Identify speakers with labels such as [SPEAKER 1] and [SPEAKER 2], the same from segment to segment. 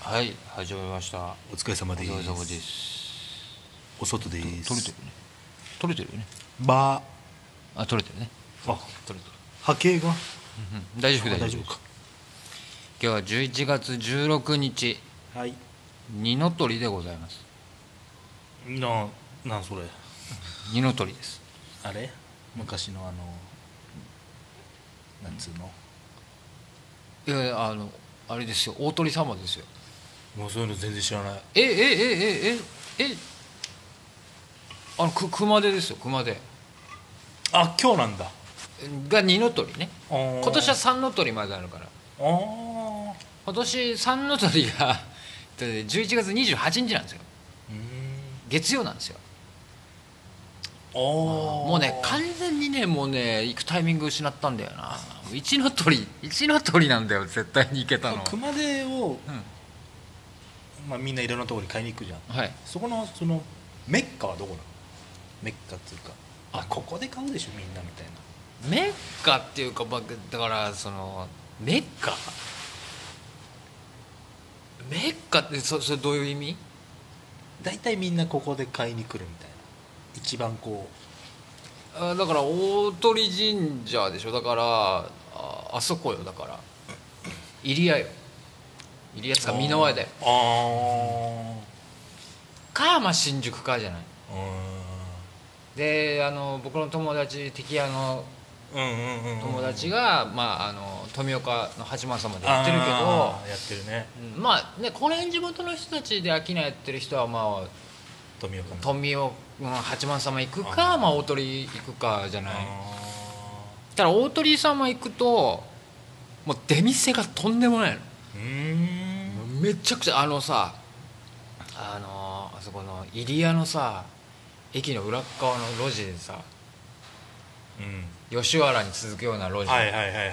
[SPEAKER 1] はい始めました
[SPEAKER 2] お疲れ様
[SPEAKER 1] お
[SPEAKER 2] です
[SPEAKER 1] 疲れ様です
[SPEAKER 2] お外で
[SPEAKER 1] 取れて
[SPEAKER 2] す
[SPEAKER 1] るね取れてるよね
[SPEAKER 2] ば
[SPEAKER 1] あ取れてるね
[SPEAKER 2] あ
[SPEAKER 1] 取れてる
[SPEAKER 2] 波形が
[SPEAKER 1] うん大丈夫大丈夫
[SPEAKER 2] 大丈夫か
[SPEAKER 1] 今日は11月16日
[SPEAKER 2] はい
[SPEAKER 1] 二の鳥でございます
[SPEAKER 2] ななんそれ
[SPEAKER 1] 二の鳥です
[SPEAKER 2] あれ昔のあのなんつうの
[SPEAKER 1] いやいやあのあれですよ大鳥様ですよ
[SPEAKER 2] もうそういうの全然知らない
[SPEAKER 1] えええええええあのく熊手ですよ熊手
[SPEAKER 2] あ今日なんだ
[SPEAKER 1] が二の鳥ね今
[SPEAKER 2] 今
[SPEAKER 1] 年は三の鳥まであるから
[SPEAKER 2] ああ
[SPEAKER 1] 今年三の鳥が11月28日なんですよ
[SPEAKER 2] うん
[SPEAKER 1] 月曜なんですよ
[SPEAKER 2] あ
[SPEAKER 1] もうね完全にねもうね行くタイミング失ったんだよな一の鳥一の鳥なんだよ絶対に行けたの
[SPEAKER 2] 熊手を、
[SPEAKER 1] うん
[SPEAKER 2] まあ、みんないろんなところに買いに行くじゃん
[SPEAKER 1] はい
[SPEAKER 2] そこのそのメッカはどこなのメッカっていうかあ
[SPEAKER 1] あ
[SPEAKER 2] ここで買うでしょみんなみたいな
[SPEAKER 1] メッカっていうかまあだからそのメッカメッカってそそれどういう意味
[SPEAKER 2] 大体みんなここで買いに来るみたいな一番こ
[SPEAKER 1] あだから大鳥神社でしょだからああそこよだから入谷よ入谷っ
[SPEAKER 2] う
[SPEAKER 1] つうか身の前だよ
[SPEAKER 2] あー
[SPEAKER 1] かまあ新宿かじゃないうであの僕の友達敵屋の
[SPEAKER 2] ーんうんうんうん
[SPEAKER 1] 友達が、まあ、あの富岡の八幡様でや
[SPEAKER 2] や
[SPEAKER 1] っ
[SPEAKER 2] ってて
[SPEAKER 1] る
[SPEAKER 2] る
[SPEAKER 1] け
[SPEAKER 2] け
[SPEAKER 1] ど
[SPEAKER 2] どやってるね
[SPEAKER 1] うんまあねこの辺地元の人たちで商いやってる人はまあ
[SPEAKER 2] 富岡の
[SPEAKER 1] 富岡うん八幡様行くか
[SPEAKER 2] あー
[SPEAKER 1] まあ、大鳥行くかじゃない
[SPEAKER 2] あ
[SPEAKER 1] ただ大鳥様行くともう出店がとんでもないの
[SPEAKER 2] ーうーん
[SPEAKER 1] もうめちゃくちゃあのさあのあそこの入谷のさ駅の裏っ側の路地でさ
[SPEAKER 2] うん
[SPEAKER 1] 吉原に続くような路地、
[SPEAKER 2] はいはいはいはいは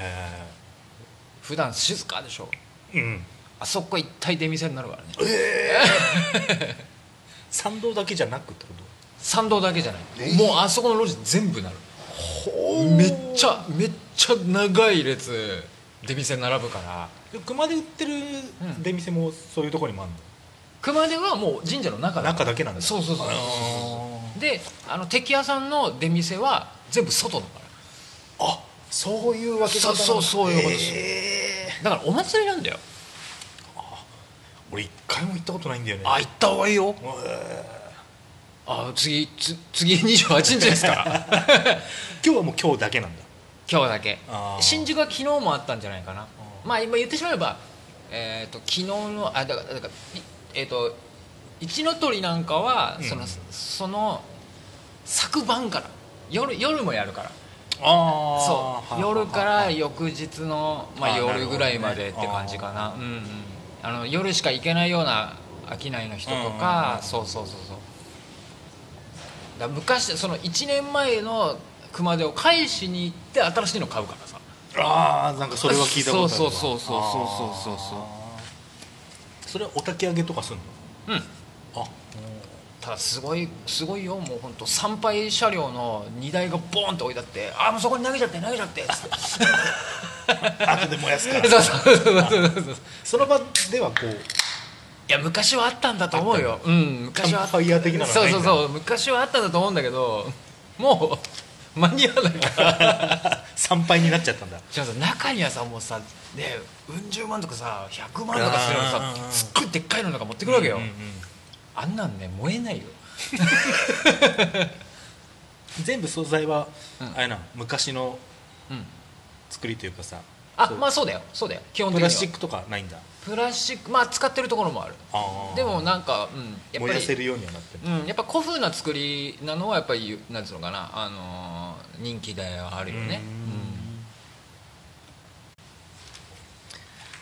[SPEAKER 1] 普段静かでしょ
[SPEAKER 2] いうん
[SPEAKER 1] あそこ一体出店になるからね
[SPEAKER 2] 参道だけじゃなくってこ
[SPEAKER 1] 参道だけじゃない、もうあそこの路地全部なるめっちゃめっちゃ長い列出店並ぶから
[SPEAKER 2] とで熊で売ってる
[SPEAKER 1] うん
[SPEAKER 2] 出店もそういうところにもあるの
[SPEAKER 1] 熊手はもう神社の中だ
[SPEAKER 2] 中だけなんだ
[SPEAKER 1] そうそうそうそうそう
[SPEAKER 2] あ
[SPEAKER 1] そうであの敵屋さんの出店は全部外だから
[SPEAKER 2] あそういうわけ
[SPEAKER 1] そうそうそういうことです
[SPEAKER 2] えー
[SPEAKER 1] だからお祭りなんだよ
[SPEAKER 2] 俺一回も行ったことないんだよね
[SPEAKER 1] あ行った方がいいよ
[SPEAKER 2] うえ
[SPEAKER 1] あ次つ 次28日ですから
[SPEAKER 2] ー今日はもう今日だけなんだ
[SPEAKER 1] 今日だけ
[SPEAKER 2] あー
[SPEAKER 1] 新宿は昨日もあったんじゃないかな
[SPEAKER 2] ー
[SPEAKER 1] まあ今言ってしまえば、えー、と昨日のあだからだからいえっ、と一の鳥なんかは、
[SPEAKER 2] うん
[SPEAKER 1] そのその昨晩から夜夜もやるから
[SPEAKER 2] あ
[SPEAKER 1] そう夜から
[SPEAKER 2] よ
[SPEAKER 1] 翌日の、まあ、
[SPEAKER 2] あーなる
[SPEAKER 1] 夜
[SPEAKER 2] ほどね
[SPEAKER 1] ぐらいまでって感じかな
[SPEAKER 2] あ
[SPEAKER 1] うんうん、あの夜しか行けないような商いの人と
[SPEAKER 2] うんうんうん
[SPEAKER 1] か、
[SPEAKER 2] うん
[SPEAKER 1] そうそうそうそうだから昔その1年前の熊手を返しに行って新しいの買うからさ
[SPEAKER 2] ああなんかそれは聞いたことあるわ
[SPEAKER 1] そうそうそうそうそうそうそうそう
[SPEAKER 2] あーそれはお焚き上げとかすんの
[SPEAKER 1] うん
[SPEAKER 2] あ
[SPEAKER 1] ただすごいすごいよもう本当参拝車両の荷台がボーンと置いてあって「あもうそこに投げちゃって投げちゃって」つって
[SPEAKER 2] 後で燃やすから
[SPEAKER 1] そうそうそうそうそうそう
[SPEAKER 2] その場ではこう
[SPEAKER 1] いや昔はあったんだと思う
[SPEAKER 2] あ
[SPEAKER 1] ようん昔はあっ
[SPEAKER 2] キャンプファイヤー的なのは
[SPEAKER 1] そう
[SPEAKER 2] ないんだ
[SPEAKER 1] そうそう昔はあったんだと思うんだけどもう 間に合わないから
[SPEAKER 2] 参拝になっちゃったんだ
[SPEAKER 1] しかもさ中にはさもうさねうん十万とかさ100万とかするの
[SPEAKER 2] あー
[SPEAKER 1] さすっごいでっかいのなんか持ってくるわけよ、
[SPEAKER 2] うんうんうん
[SPEAKER 1] あんなんね燃えない よ
[SPEAKER 2] 全部素材は
[SPEAKER 1] うん
[SPEAKER 2] あれな昔の
[SPEAKER 1] うん
[SPEAKER 2] 作りというかさ
[SPEAKER 1] あ
[SPEAKER 2] そう
[SPEAKER 1] まあそうだよそうだよ基本
[SPEAKER 2] プ
[SPEAKER 1] 的には
[SPEAKER 2] ラスチックとかないんだ
[SPEAKER 1] プラスチックまあ使ってるところもある
[SPEAKER 2] あー
[SPEAKER 1] でもなんか、うん、やっ
[SPEAKER 2] 燃
[SPEAKER 1] ぱ
[SPEAKER 2] やせ
[SPEAKER 1] り
[SPEAKER 2] るようにはなってる
[SPEAKER 1] うん、やっぱ古風な作りなのはやっぱりなんつうのかな、あのー人気ではあるよね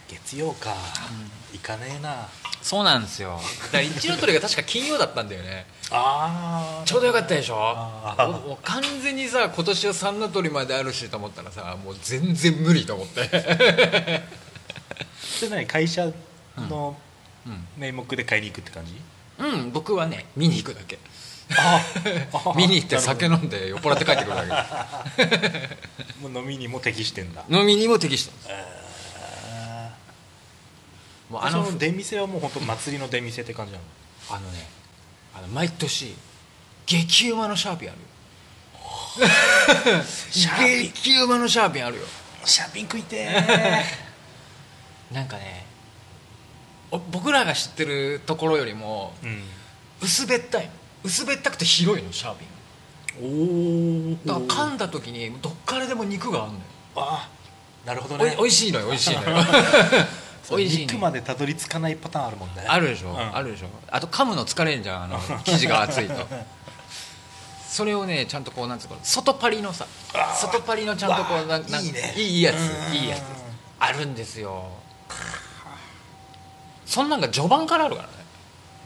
[SPEAKER 2] 月曜か、行かねえな
[SPEAKER 1] うんそうなんですよだから一の鳥が確か金曜だったんだよね
[SPEAKER 2] あ
[SPEAKER 1] ちょうどよかったでしょ
[SPEAKER 2] あー
[SPEAKER 1] おもう完全にさ今年は三の鳥まであるしと思ったらさもう全然無理と思って
[SPEAKER 2] それなに会社の
[SPEAKER 1] うん、
[SPEAKER 2] 名目で買いに行くって感じ、
[SPEAKER 1] うん、僕はね見に行くだけ
[SPEAKER 2] あ
[SPEAKER 1] 見に行って酒
[SPEAKER 2] なる
[SPEAKER 1] 飲んで酔っ払って帰ってくるだ
[SPEAKER 2] ほどもう飲みにも適してんだ
[SPEAKER 1] け飲みにも適してます
[SPEAKER 2] あ
[SPEAKER 1] もう
[SPEAKER 2] あ
[SPEAKER 1] あの
[SPEAKER 2] その出店はもう本当祭りの出店って感じなの
[SPEAKER 1] あのねあの毎年激うまのシャーピンあるよ
[SPEAKER 2] シャーピン
[SPEAKER 1] 激うまのシャーピンあるよ
[SPEAKER 2] シャーピン食いて
[SPEAKER 1] なんかねお僕らが知ってるところよりも
[SPEAKER 2] ー うん
[SPEAKER 1] 薄べったいの薄べったくて広いのシャーピン
[SPEAKER 2] おお
[SPEAKER 1] だから噛んだ時にどっからでも肉があんのよ
[SPEAKER 2] あなるほど
[SPEAKER 1] おい
[SPEAKER 2] ね
[SPEAKER 1] 美味しいのよ美味しい のよ 美味しい
[SPEAKER 2] 肉
[SPEAKER 1] の
[SPEAKER 2] までたどり着かないパターンあるもんね
[SPEAKER 1] あるでしょ、
[SPEAKER 2] うん
[SPEAKER 1] あるでしょあと噛むの疲れんじゃん あの生地が厚いとそれをねちゃんとこうなんつうの外パリのさ
[SPEAKER 2] あー
[SPEAKER 1] 外パリのちゃんとこ
[SPEAKER 2] わあ
[SPEAKER 1] うなんなん
[SPEAKER 2] いいね
[SPEAKER 1] いいや
[SPEAKER 2] う
[SPEAKER 1] つ
[SPEAKER 2] ん
[SPEAKER 1] いいやつあるんですよそんなんが序盤からあるからね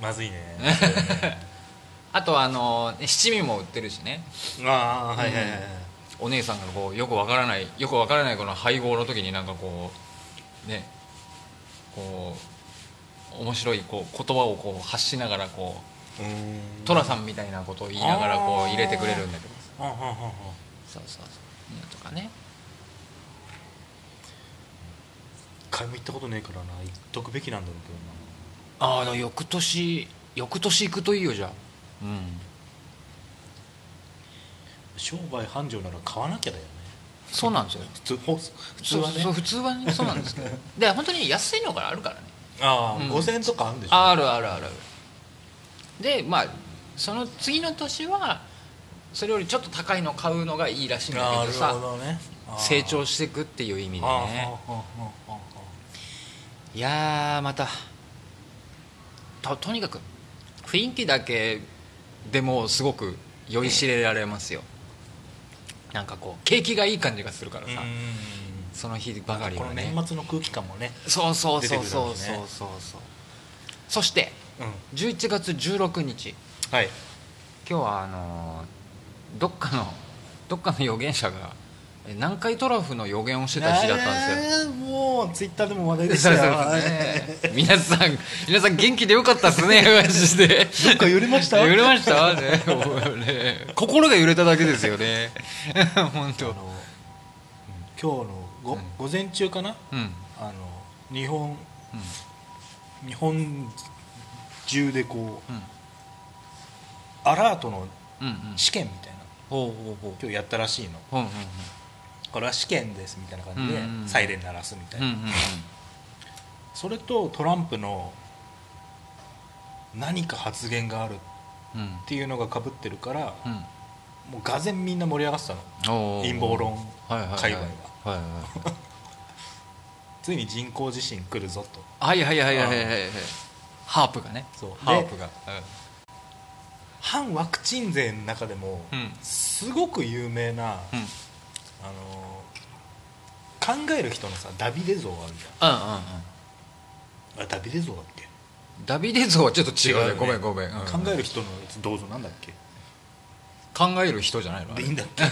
[SPEAKER 2] まず いね
[SPEAKER 1] あとあの七味も売ってるしね
[SPEAKER 2] ああはいはいはいはい
[SPEAKER 1] お姉さんがこうよくわからないよくわからないこの配合の時になんかこうねこう面白いこう言葉をこう発しながらこう
[SPEAKER 2] うーん
[SPEAKER 1] 寅さんみたいなことを言いながらこう
[SPEAKER 2] あー
[SPEAKER 1] 入れてくれるんだけど
[SPEAKER 2] はんはんはんはん
[SPEAKER 1] そうそうそうねとかね
[SPEAKER 2] 一回も行ったことねえからな行っとくべきなんだろうけ
[SPEAKER 1] ああでも翌年翌年行くといいよじゃあうん
[SPEAKER 2] どな商売繁盛なら買わなきゃだよね
[SPEAKER 1] そうなんですよ
[SPEAKER 2] 普通ほ普通
[SPEAKER 1] そう
[SPEAKER 2] はね
[SPEAKER 1] そう普通はねそうなん ですけどで本当に安いのがあるからね
[SPEAKER 2] ああ、
[SPEAKER 1] うん
[SPEAKER 2] 5000円とかあるんでしょ
[SPEAKER 1] あるあるあるあるでまあその次の年はそれよりちょっと高いの買うのがいいらしいんだ
[SPEAKER 2] な
[SPEAKER 1] けど
[SPEAKER 2] るほ
[SPEAKER 1] さ
[SPEAKER 2] どね
[SPEAKER 1] 成長
[SPEAKER 2] し
[SPEAKER 1] していくっていう意
[SPEAKER 2] て
[SPEAKER 1] 味でね
[SPEAKER 2] ね
[SPEAKER 1] いやーまたととにかく雰囲気だけでもすごく酔いしれられますよなんかこう景気がいい感じがするからさその日ばかり
[SPEAKER 2] こ
[SPEAKER 1] は
[SPEAKER 2] の
[SPEAKER 1] ね
[SPEAKER 2] 年末の空気感もね
[SPEAKER 1] そうそう
[SPEAKER 2] 出て
[SPEAKER 1] そう
[SPEAKER 2] くるだ
[SPEAKER 1] そ
[SPEAKER 2] ろう
[SPEAKER 1] う
[SPEAKER 2] し
[SPEAKER 1] そう
[SPEAKER 2] ね
[SPEAKER 1] そうそうそして11月16日
[SPEAKER 2] はい
[SPEAKER 1] 今日はあのーどっかの どっかの預言者がえ南海トラフの予言をしてた日だったんですよ。
[SPEAKER 2] すよもうツイッターでも話題でし
[SPEAKER 1] そう
[SPEAKER 2] た
[SPEAKER 1] で
[SPEAKER 2] よ
[SPEAKER 1] す ね、 皆さん皆さん元気でよかったです ねマジで
[SPEAKER 2] どっか揺れました
[SPEAKER 1] 揺れましたねもうね 心が揺れただけですよね 本
[SPEAKER 2] あ
[SPEAKER 1] 当
[SPEAKER 2] の今日のご、
[SPEAKER 1] うん
[SPEAKER 2] 午前中かな
[SPEAKER 1] うんうん
[SPEAKER 2] あの日本日本中でこう
[SPEAKER 1] うん
[SPEAKER 2] アラートの
[SPEAKER 1] うんうん
[SPEAKER 2] 試験みたいな
[SPEAKER 1] ほうほうほう
[SPEAKER 2] 今日やったらしいの
[SPEAKER 1] ほうほう
[SPEAKER 2] これは試験ですみたいな感じで
[SPEAKER 1] うんうんうん
[SPEAKER 2] サイレン鳴らすみたい
[SPEAKER 1] ほうう
[SPEAKER 2] な、
[SPEAKER 1] んうんうん
[SPEAKER 2] それとトランプの何か発言がある
[SPEAKER 1] うん
[SPEAKER 2] っていうのがかぶってるから
[SPEAKER 1] うん
[SPEAKER 2] もうがぜみんな盛り上がってたの
[SPEAKER 1] おー
[SPEAKER 2] 陰謀論
[SPEAKER 1] はいはいはい
[SPEAKER 2] 界隈
[SPEAKER 1] はいはいはい
[SPEAKER 2] ついに人工地震来るぞと
[SPEAKER 1] はいはいはいはいはいはいハープがね
[SPEAKER 2] そう
[SPEAKER 1] ハープが
[SPEAKER 2] 反ワクチン勢の中でも、
[SPEAKER 1] うん
[SPEAKER 2] すごく有名な、
[SPEAKER 1] うんうん
[SPEAKER 2] あのー考える人のさダビデ像があるじ
[SPEAKER 1] うん
[SPEAKER 2] ゃんあダビデ像だっけ
[SPEAKER 1] うんダビデ像はちょっと違うね
[SPEAKER 2] ね
[SPEAKER 1] ごめんごめんうん
[SPEAKER 2] 考える人のやつ銅像なんだっけ
[SPEAKER 1] 考える人じゃないのあ
[SPEAKER 2] で
[SPEAKER 1] れ
[SPEAKER 2] いいんだっけ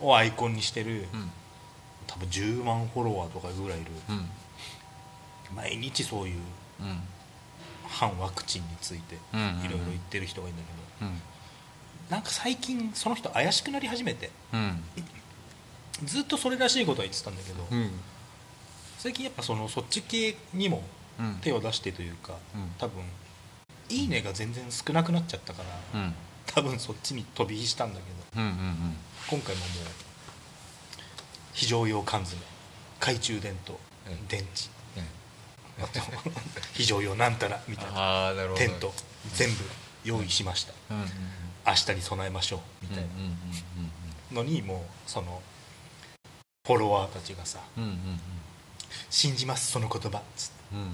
[SPEAKER 2] をアイコンにしてる、
[SPEAKER 1] うん
[SPEAKER 2] 多分10万フォロワーとかぐらいいる
[SPEAKER 1] うん
[SPEAKER 2] 毎日そういう
[SPEAKER 1] うん
[SPEAKER 2] 反ワクチンについて
[SPEAKER 1] うんうんうん
[SPEAKER 2] いろいろ言ってる人がいるんだけど、
[SPEAKER 1] うん
[SPEAKER 2] なんか最近その人怪しくなり始めて
[SPEAKER 1] うん
[SPEAKER 2] ずっとそれらしいことは言ってたんだけど、
[SPEAKER 1] うん
[SPEAKER 2] 最近やっぱそのそっち系にも
[SPEAKER 1] うん
[SPEAKER 2] 手を出してというか、
[SPEAKER 1] うん
[SPEAKER 2] 多分「いいね」が全然少なくなっちゃったから、
[SPEAKER 1] うん
[SPEAKER 2] 多分そっちに飛び火したんだけど
[SPEAKER 1] うんうん
[SPEAKER 2] 今回ももう非常用缶詰懐中電灯、
[SPEAKER 1] うん
[SPEAKER 2] 電池あと 非常用なんたらみたいな
[SPEAKER 1] ああなるほど
[SPEAKER 2] テント全部用意しました
[SPEAKER 1] うんうん
[SPEAKER 2] 明日に備えましょうみ
[SPEAKER 1] うん
[SPEAKER 2] たい
[SPEAKER 1] うん
[SPEAKER 2] なのにもうそのフォロワーたちがさ
[SPEAKER 1] うんうんうん
[SPEAKER 2] 「信じますその言葉」つって
[SPEAKER 1] うんうんうん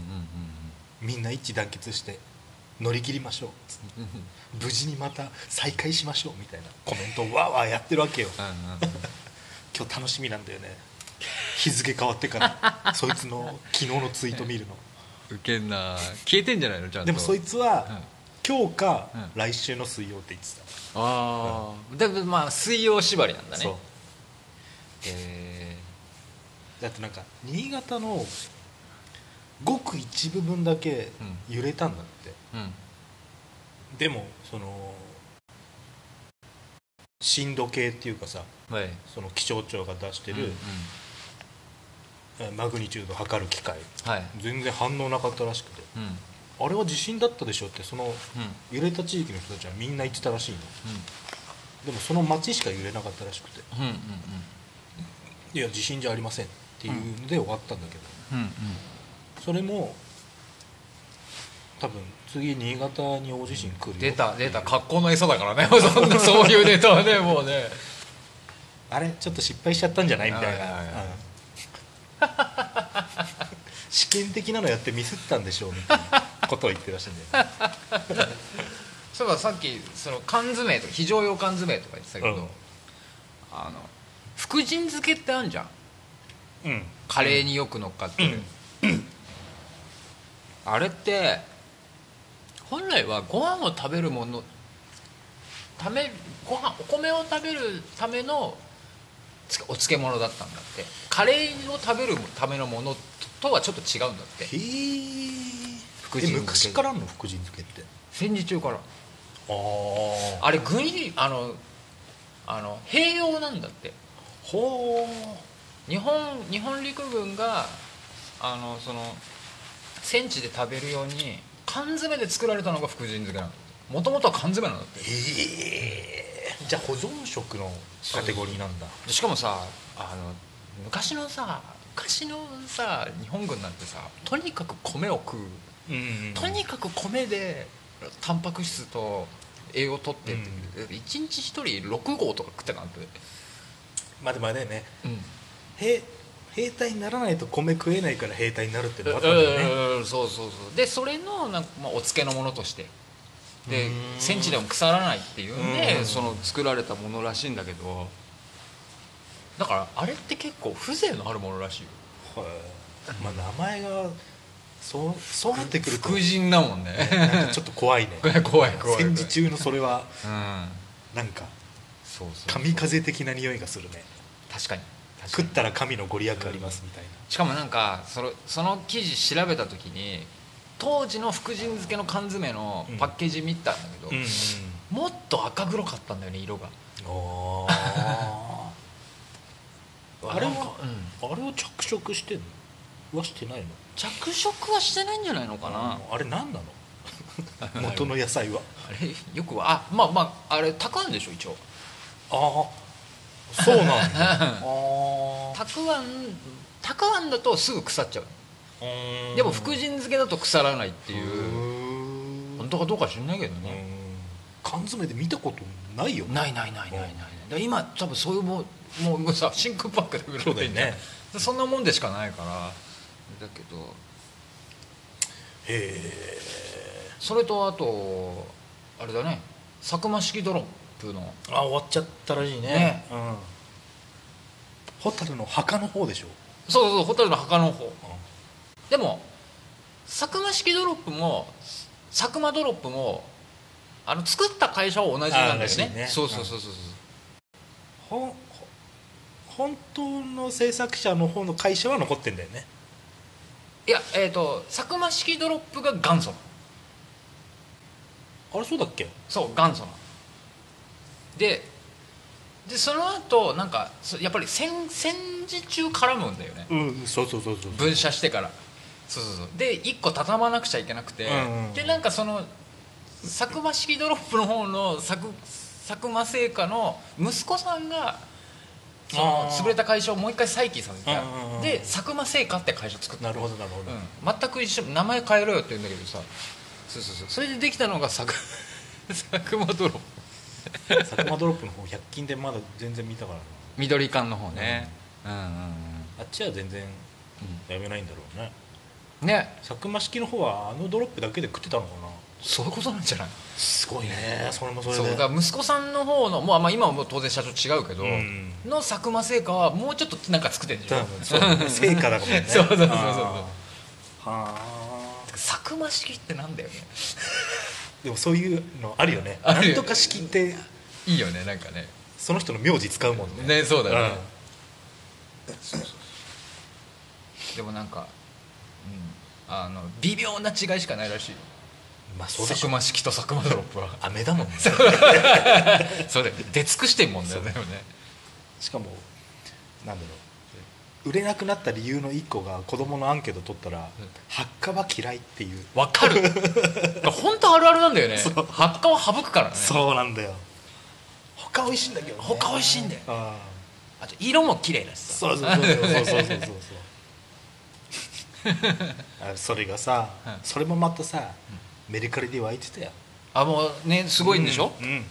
[SPEAKER 2] みんな一致団結して乗り切りましょうつって
[SPEAKER 1] うんうんうん
[SPEAKER 2] 無事にまた再会しましょうみたいなコメントをわーわーやってるわけよ今日楽しみなんだよね日付変わってから そいつの昨日のツイート見るの
[SPEAKER 1] ウケんな消えてんじゃないのちゃんと
[SPEAKER 2] でもそいつは、今日か、
[SPEAKER 1] うん
[SPEAKER 2] 来週の水曜って言ってた、
[SPEAKER 1] ああでもまあ水曜縛りなんだね
[SPEAKER 2] そう
[SPEAKER 1] え
[SPEAKER 2] だってなんか新潟のごく一部分だけ揺れたんだって、
[SPEAKER 1] ーうん
[SPEAKER 2] でもその震度計っていうかさ
[SPEAKER 1] はい
[SPEAKER 2] その気象庁が出して
[SPEAKER 1] うんう
[SPEAKER 2] る
[SPEAKER 1] ん
[SPEAKER 2] えーマグニチュード測る機械
[SPEAKER 1] はい
[SPEAKER 2] 全然反応なかったらしくて
[SPEAKER 1] うんうん
[SPEAKER 2] あれは地震だったでしょってその揺れた地域の人たちはみんな言ってたらしいのでもその町しか揺れなかったらしくて
[SPEAKER 1] うんうんうん
[SPEAKER 2] いや地震じゃありませんっていうので終わったんだけど、
[SPEAKER 1] うん
[SPEAKER 2] それも多分次新潟に大地震来る
[SPEAKER 1] う
[SPEAKER 2] よ
[SPEAKER 1] ん出た出た格好の餌だからねそんなそういうネタはねもうね
[SPEAKER 2] あれちょっと失敗しちゃったんじゃないみたい
[SPEAKER 1] はい
[SPEAKER 2] な、
[SPEAKER 1] はいはい
[SPEAKER 2] うん試験的なのやってミスったんでしょうみたいなことを言ってるらしいんだよね
[SPEAKER 1] そういえばさっきその缶詰とか非常用缶詰とか言ってたけど、
[SPEAKER 2] うん
[SPEAKER 1] あの福神漬けってあるじゃん
[SPEAKER 2] うん
[SPEAKER 1] カレーによく乗っかってる、あれって本来はご飯を食べるものためご飯お米を食べるためのつお漬物だったんだってカレーを食べるためのものととはちょっと違うんだって
[SPEAKER 2] へー
[SPEAKER 1] 福神
[SPEAKER 2] え
[SPEAKER 1] 漬け
[SPEAKER 2] 昔からあんの福神漬けって
[SPEAKER 1] 戦時中から
[SPEAKER 2] ああ
[SPEAKER 1] あれ軍医あのあの併用なんだって
[SPEAKER 2] ほ
[SPEAKER 1] 日本日本陸軍があのその戦地で食べるように缶詰で作られたのが福神漬けなのもともとは缶詰なんだって
[SPEAKER 2] うへえじゃあ保存食のカテゴリーなんだ
[SPEAKER 1] でしかもさあの昔のさ昔のさ日本軍なんてさとにかく米を食う
[SPEAKER 2] うん
[SPEAKER 1] とにかく米でタンパク質と栄養を取ってって、1日1人6合とか食ってたなんて、
[SPEAKER 2] まあでもあれだよね兵兵隊にならないと米食えないから兵隊になるっていうのがあったんだよね
[SPEAKER 1] うんそうそうそうでそれのなんか、まあ、お漬けのものとしてで
[SPEAKER 2] うん
[SPEAKER 1] 戦地でも腐らないっていうんで
[SPEAKER 2] うん
[SPEAKER 1] その作られたものらしいんだけどだからあれって結構風情のあるものらしいよ
[SPEAKER 2] はいまあ名前がそうそうなってくると
[SPEAKER 1] 福神だもんね
[SPEAKER 2] なんかちょっと怖いね
[SPEAKER 1] 怖い怖い怖い
[SPEAKER 2] 戦時中のそれは
[SPEAKER 1] うん
[SPEAKER 2] なんか
[SPEAKER 1] そうそう
[SPEAKER 2] 神風的な匂いがするね
[SPEAKER 1] 確かに確か
[SPEAKER 2] 食っ
[SPEAKER 1] に
[SPEAKER 2] たら神のご利益ありますみたいな
[SPEAKER 1] しかもなんかそのその記事調べた時に当時の福神漬けの缶詰のパッケージ見たんだけど、
[SPEAKER 2] うん
[SPEAKER 1] もっと赤黒かったんだよね色が
[SPEAKER 2] あ あれ
[SPEAKER 1] なんか
[SPEAKER 2] は
[SPEAKER 1] うん
[SPEAKER 2] あれを着色してんのはしてないの
[SPEAKER 1] 着色はしてないんじゃないのかな、
[SPEAKER 2] あれ何な の元の野菜は
[SPEAKER 1] あれよくはあまあまああれたくあんでしょ一応
[SPEAKER 2] ああそうなんだ あ
[SPEAKER 1] たくあんたくあんだとすぐ腐っちゃう
[SPEAKER 2] あ
[SPEAKER 1] でも福神漬けだと腐らないっていう
[SPEAKER 2] う
[SPEAKER 1] 本当かどうか知んないけど
[SPEAKER 2] うん
[SPEAKER 1] ね、
[SPEAKER 2] 缶詰で見たことないよ
[SPEAKER 1] ないないないないないないで今多分そういうもんもうもうさ真空パックで売られてんじゃん
[SPEAKER 2] そうだよね
[SPEAKER 1] でそんなもんでしかないからだけど
[SPEAKER 2] へ
[SPEAKER 1] それとあとあれだねサクマ式ドロップの
[SPEAKER 2] えあ終わっちゃったらしいね
[SPEAKER 1] ね
[SPEAKER 2] うん蛍の墓の方でしょ
[SPEAKER 1] そうそうホタルの墓の方でも佐久間式ドロップも佐久間ドロップもあの作った会社は同じなんだよ
[SPEAKER 2] あ
[SPEAKER 1] ね
[SPEAKER 2] ーらしいね
[SPEAKER 1] そうそうそうそう
[SPEAKER 2] ほんほ本当の制作者の方の会社は残ってんだよね
[SPEAKER 1] いやえっ、と佐久間式ドロップが元祖なの
[SPEAKER 2] あれそうだっけ
[SPEAKER 1] そう元祖なのででその後なんかそやっぱり戦戦時中絡むんだよね
[SPEAKER 2] うんそうそうそうそう
[SPEAKER 1] 分社してからそうそうそうで1個畳まなくちゃいけなくて、
[SPEAKER 2] うんうん
[SPEAKER 1] でなんかその佐久間式ドロップの方の佐久佐久間製菓の息子さんがその
[SPEAKER 2] あー
[SPEAKER 1] 潰れた会社をもう一回再起させた、
[SPEAKER 2] うんうんうん
[SPEAKER 1] で佐久間製菓って会社作った、
[SPEAKER 2] なるほどなるほど、
[SPEAKER 1] うん、全く一緒名前変えろよって言うんだけどさそうそうそうそれでできたのが佐久 佐久間ドロップ
[SPEAKER 2] 佐久間ドロップの方100均でまだ全然見たからな
[SPEAKER 1] 緑缶の方ね、うん、うんうん
[SPEAKER 2] あっちは全然やめないんだろうね
[SPEAKER 1] うんね
[SPEAKER 2] 佐久間式の方はあのドロップだけで食ってたのかな
[SPEAKER 1] そういうことなんじゃない
[SPEAKER 2] すごいねそれもそれ
[SPEAKER 1] そう
[SPEAKER 2] で
[SPEAKER 1] だから息子さんの方の、まあ、まあ今はもう当然社長違うけど、
[SPEAKER 2] うん
[SPEAKER 1] の佐久間製菓はもうちょっとなんか作ってんじゃ
[SPEAKER 2] 多
[SPEAKER 1] ん
[SPEAKER 2] 分そうだね成果だからね
[SPEAKER 1] そうそうそうそう
[SPEAKER 2] あーはあ
[SPEAKER 1] 佐久間式ってなんだよね
[SPEAKER 2] でもそういうのあるよね
[SPEAKER 1] ある
[SPEAKER 2] な
[SPEAKER 1] よね
[SPEAKER 2] んとか式って
[SPEAKER 1] いいよねなんかね
[SPEAKER 2] その人の名字使うもんね
[SPEAKER 1] ねそうだよね、
[SPEAKER 2] う
[SPEAKER 1] でもなんか、うん、あの微妙な違いしかないらしいよ
[SPEAKER 2] んまあそうで
[SPEAKER 1] 佐
[SPEAKER 2] し
[SPEAKER 1] 久
[SPEAKER 2] ょ
[SPEAKER 1] 間式と佐久間ドロッ プは
[SPEAKER 2] 飴だもんね
[SPEAKER 1] それ出尽くしてんもんだよねでもね
[SPEAKER 2] しかもなんだろう売れなくなった理由の一個が子供のアンケート取ったら
[SPEAKER 1] うん
[SPEAKER 2] 「発火は嫌い」っていう
[SPEAKER 1] わかる本当あるあるなんだよね
[SPEAKER 2] そう
[SPEAKER 1] 発火は省くからね
[SPEAKER 2] そうなんだよ他美味しいんだけどね
[SPEAKER 1] 他美味しいんだよ
[SPEAKER 2] あ
[SPEAKER 1] あと色も綺麗だし
[SPEAKER 2] ー
[SPEAKER 1] さ
[SPEAKER 2] そうそうそうそうそうそうそうそうあそれがさ
[SPEAKER 1] うん
[SPEAKER 2] それもまたさメルカリで湧いてたよ
[SPEAKER 1] あもうねすごいんでしょ、
[SPEAKER 2] うんうん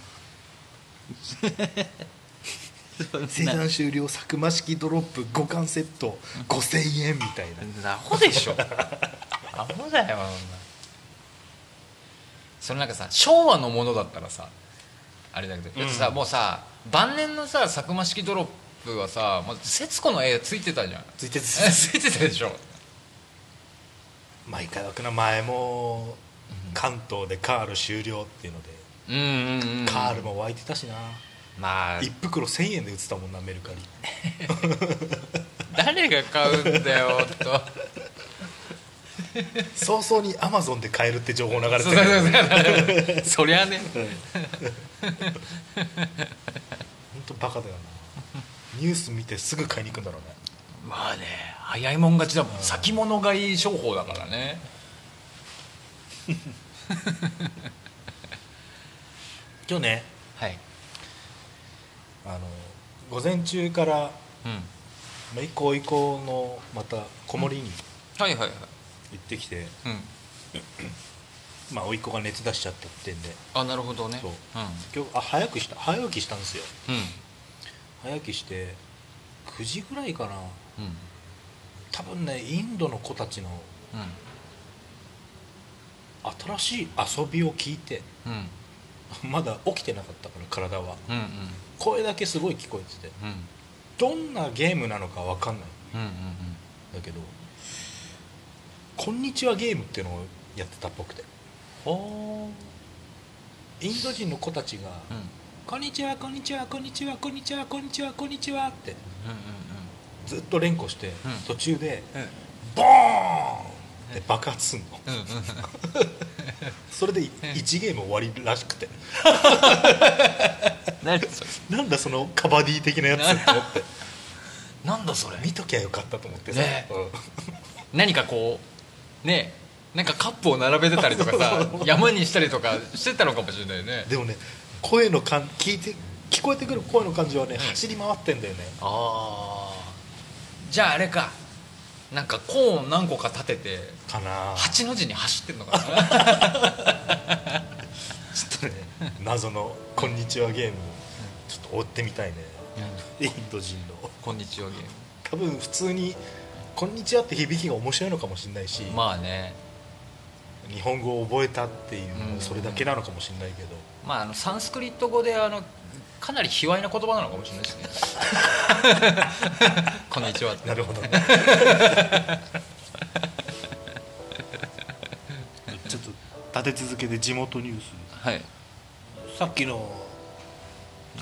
[SPEAKER 2] 生産終了サクマ式ドロップ5巻セット5000円みたいな
[SPEAKER 1] アホでしょ アホだよそんなそのなんかさ昭和のものだったらさあれだけど、
[SPEAKER 2] うん
[SPEAKER 1] だってさもうさ晩年のさ佐久間式ドロップはさもう節子の絵ついてたじゃん
[SPEAKER 2] ついてつ
[SPEAKER 1] ついてたでしょ
[SPEAKER 2] 毎回枠の前も関東でカール終了っていうので、
[SPEAKER 1] うんうんうん
[SPEAKER 2] カールも湧いてたしな、
[SPEAKER 1] まあ
[SPEAKER 2] 一袋1000円で売ってたもんなメルカリ
[SPEAKER 1] 誰が買うんだよと
[SPEAKER 2] 早々にアマゾンで買えるって情報流れて
[SPEAKER 1] そ
[SPEAKER 2] た
[SPEAKER 1] う
[SPEAKER 2] け
[SPEAKER 1] そう
[SPEAKER 2] どね
[SPEAKER 1] そうそうそりゃね
[SPEAKER 2] 本当バカだよなニュース見てすぐ買いに行くんだろうね
[SPEAKER 1] まあね早いもん勝ちだもん先物買い商法だからね
[SPEAKER 2] 今日ね
[SPEAKER 1] はい
[SPEAKER 2] あの午前中から、ま
[SPEAKER 1] うん
[SPEAKER 2] あ、一個一個のまた子守りに
[SPEAKER 1] はいはいはい
[SPEAKER 2] 行ってきて、
[SPEAKER 1] うん
[SPEAKER 2] まあ甥っ子が熱出しちゃったってんで
[SPEAKER 1] あなるほどね
[SPEAKER 2] そうん今日あ早くした早起きしたんですよ
[SPEAKER 1] う
[SPEAKER 2] 早起きして9時ぐらいかな
[SPEAKER 1] う
[SPEAKER 2] ん
[SPEAKER 1] ん
[SPEAKER 2] 多分ねインドの子たちの新しい遊びを聞いて
[SPEAKER 1] うんうん
[SPEAKER 2] まだ起きてなかったから体は
[SPEAKER 1] うんうん
[SPEAKER 2] 声だけすごい聞こえてて
[SPEAKER 1] うん
[SPEAKER 2] どんなゲームなのか分かんない
[SPEAKER 1] うんうん
[SPEAKER 2] んだけど「こんにちはゲーム」っていうのをやってたっぽくて
[SPEAKER 1] ほ
[SPEAKER 2] インド人の子たちが
[SPEAKER 1] うんうん
[SPEAKER 2] 「こんにちはこんにちはこんにちはこんにちはこんにちはこんにちは」って
[SPEAKER 1] うん
[SPEAKER 2] ずっと連呼して
[SPEAKER 1] うん
[SPEAKER 2] 途中で
[SPEAKER 1] うん
[SPEAKER 2] 「ボーン!」って爆発すんの
[SPEAKER 1] うんうん
[SPEAKER 2] それで1ゲーム終わりらしくて
[SPEAKER 1] 何それ
[SPEAKER 2] なんだそのカバディ的なやつと思って
[SPEAKER 1] なんだそれ
[SPEAKER 2] 見ときゃよかったと思ってさ、
[SPEAKER 1] ね
[SPEAKER 2] うん
[SPEAKER 1] 何かこうねなんかカップを並べてたりとかさ山にしたりとかしてたのかもしれないよね
[SPEAKER 2] でもね声の感聞いて聞こえてくる声の感じはね走り回ってんだよね
[SPEAKER 1] ああじゃああれかなんかコーン何個か立てて
[SPEAKER 2] かなぁ
[SPEAKER 1] 8の字に走ってんのかな
[SPEAKER 2] ちょっとね謎の「こんにちはゲーム」ちょっと追ってみたいねインド人の
[SPEAKER 1] こんにちはゲーム
[SPEAKER 2] 多分普通に「こんにちは」って響きが面白いのかもしれないし、
[SPEAKER 1] まあね
[SPEAKER 2] 日本語を覚えたっていうの
[SPEAKER 1] うん
[SPEAKER 2] はそれだけなのかもしれないけど、
[SPEAKER 1] まあ、あのサンスクリット語であのかなり卑猥な言葉なのかもしれないです ね。こんにちはって。
[SPEAKER 2] なるほ どねちょっと立て続けて地元ニュース
[SPEAKER 1] はい。
[SPEAKER 2] さっきの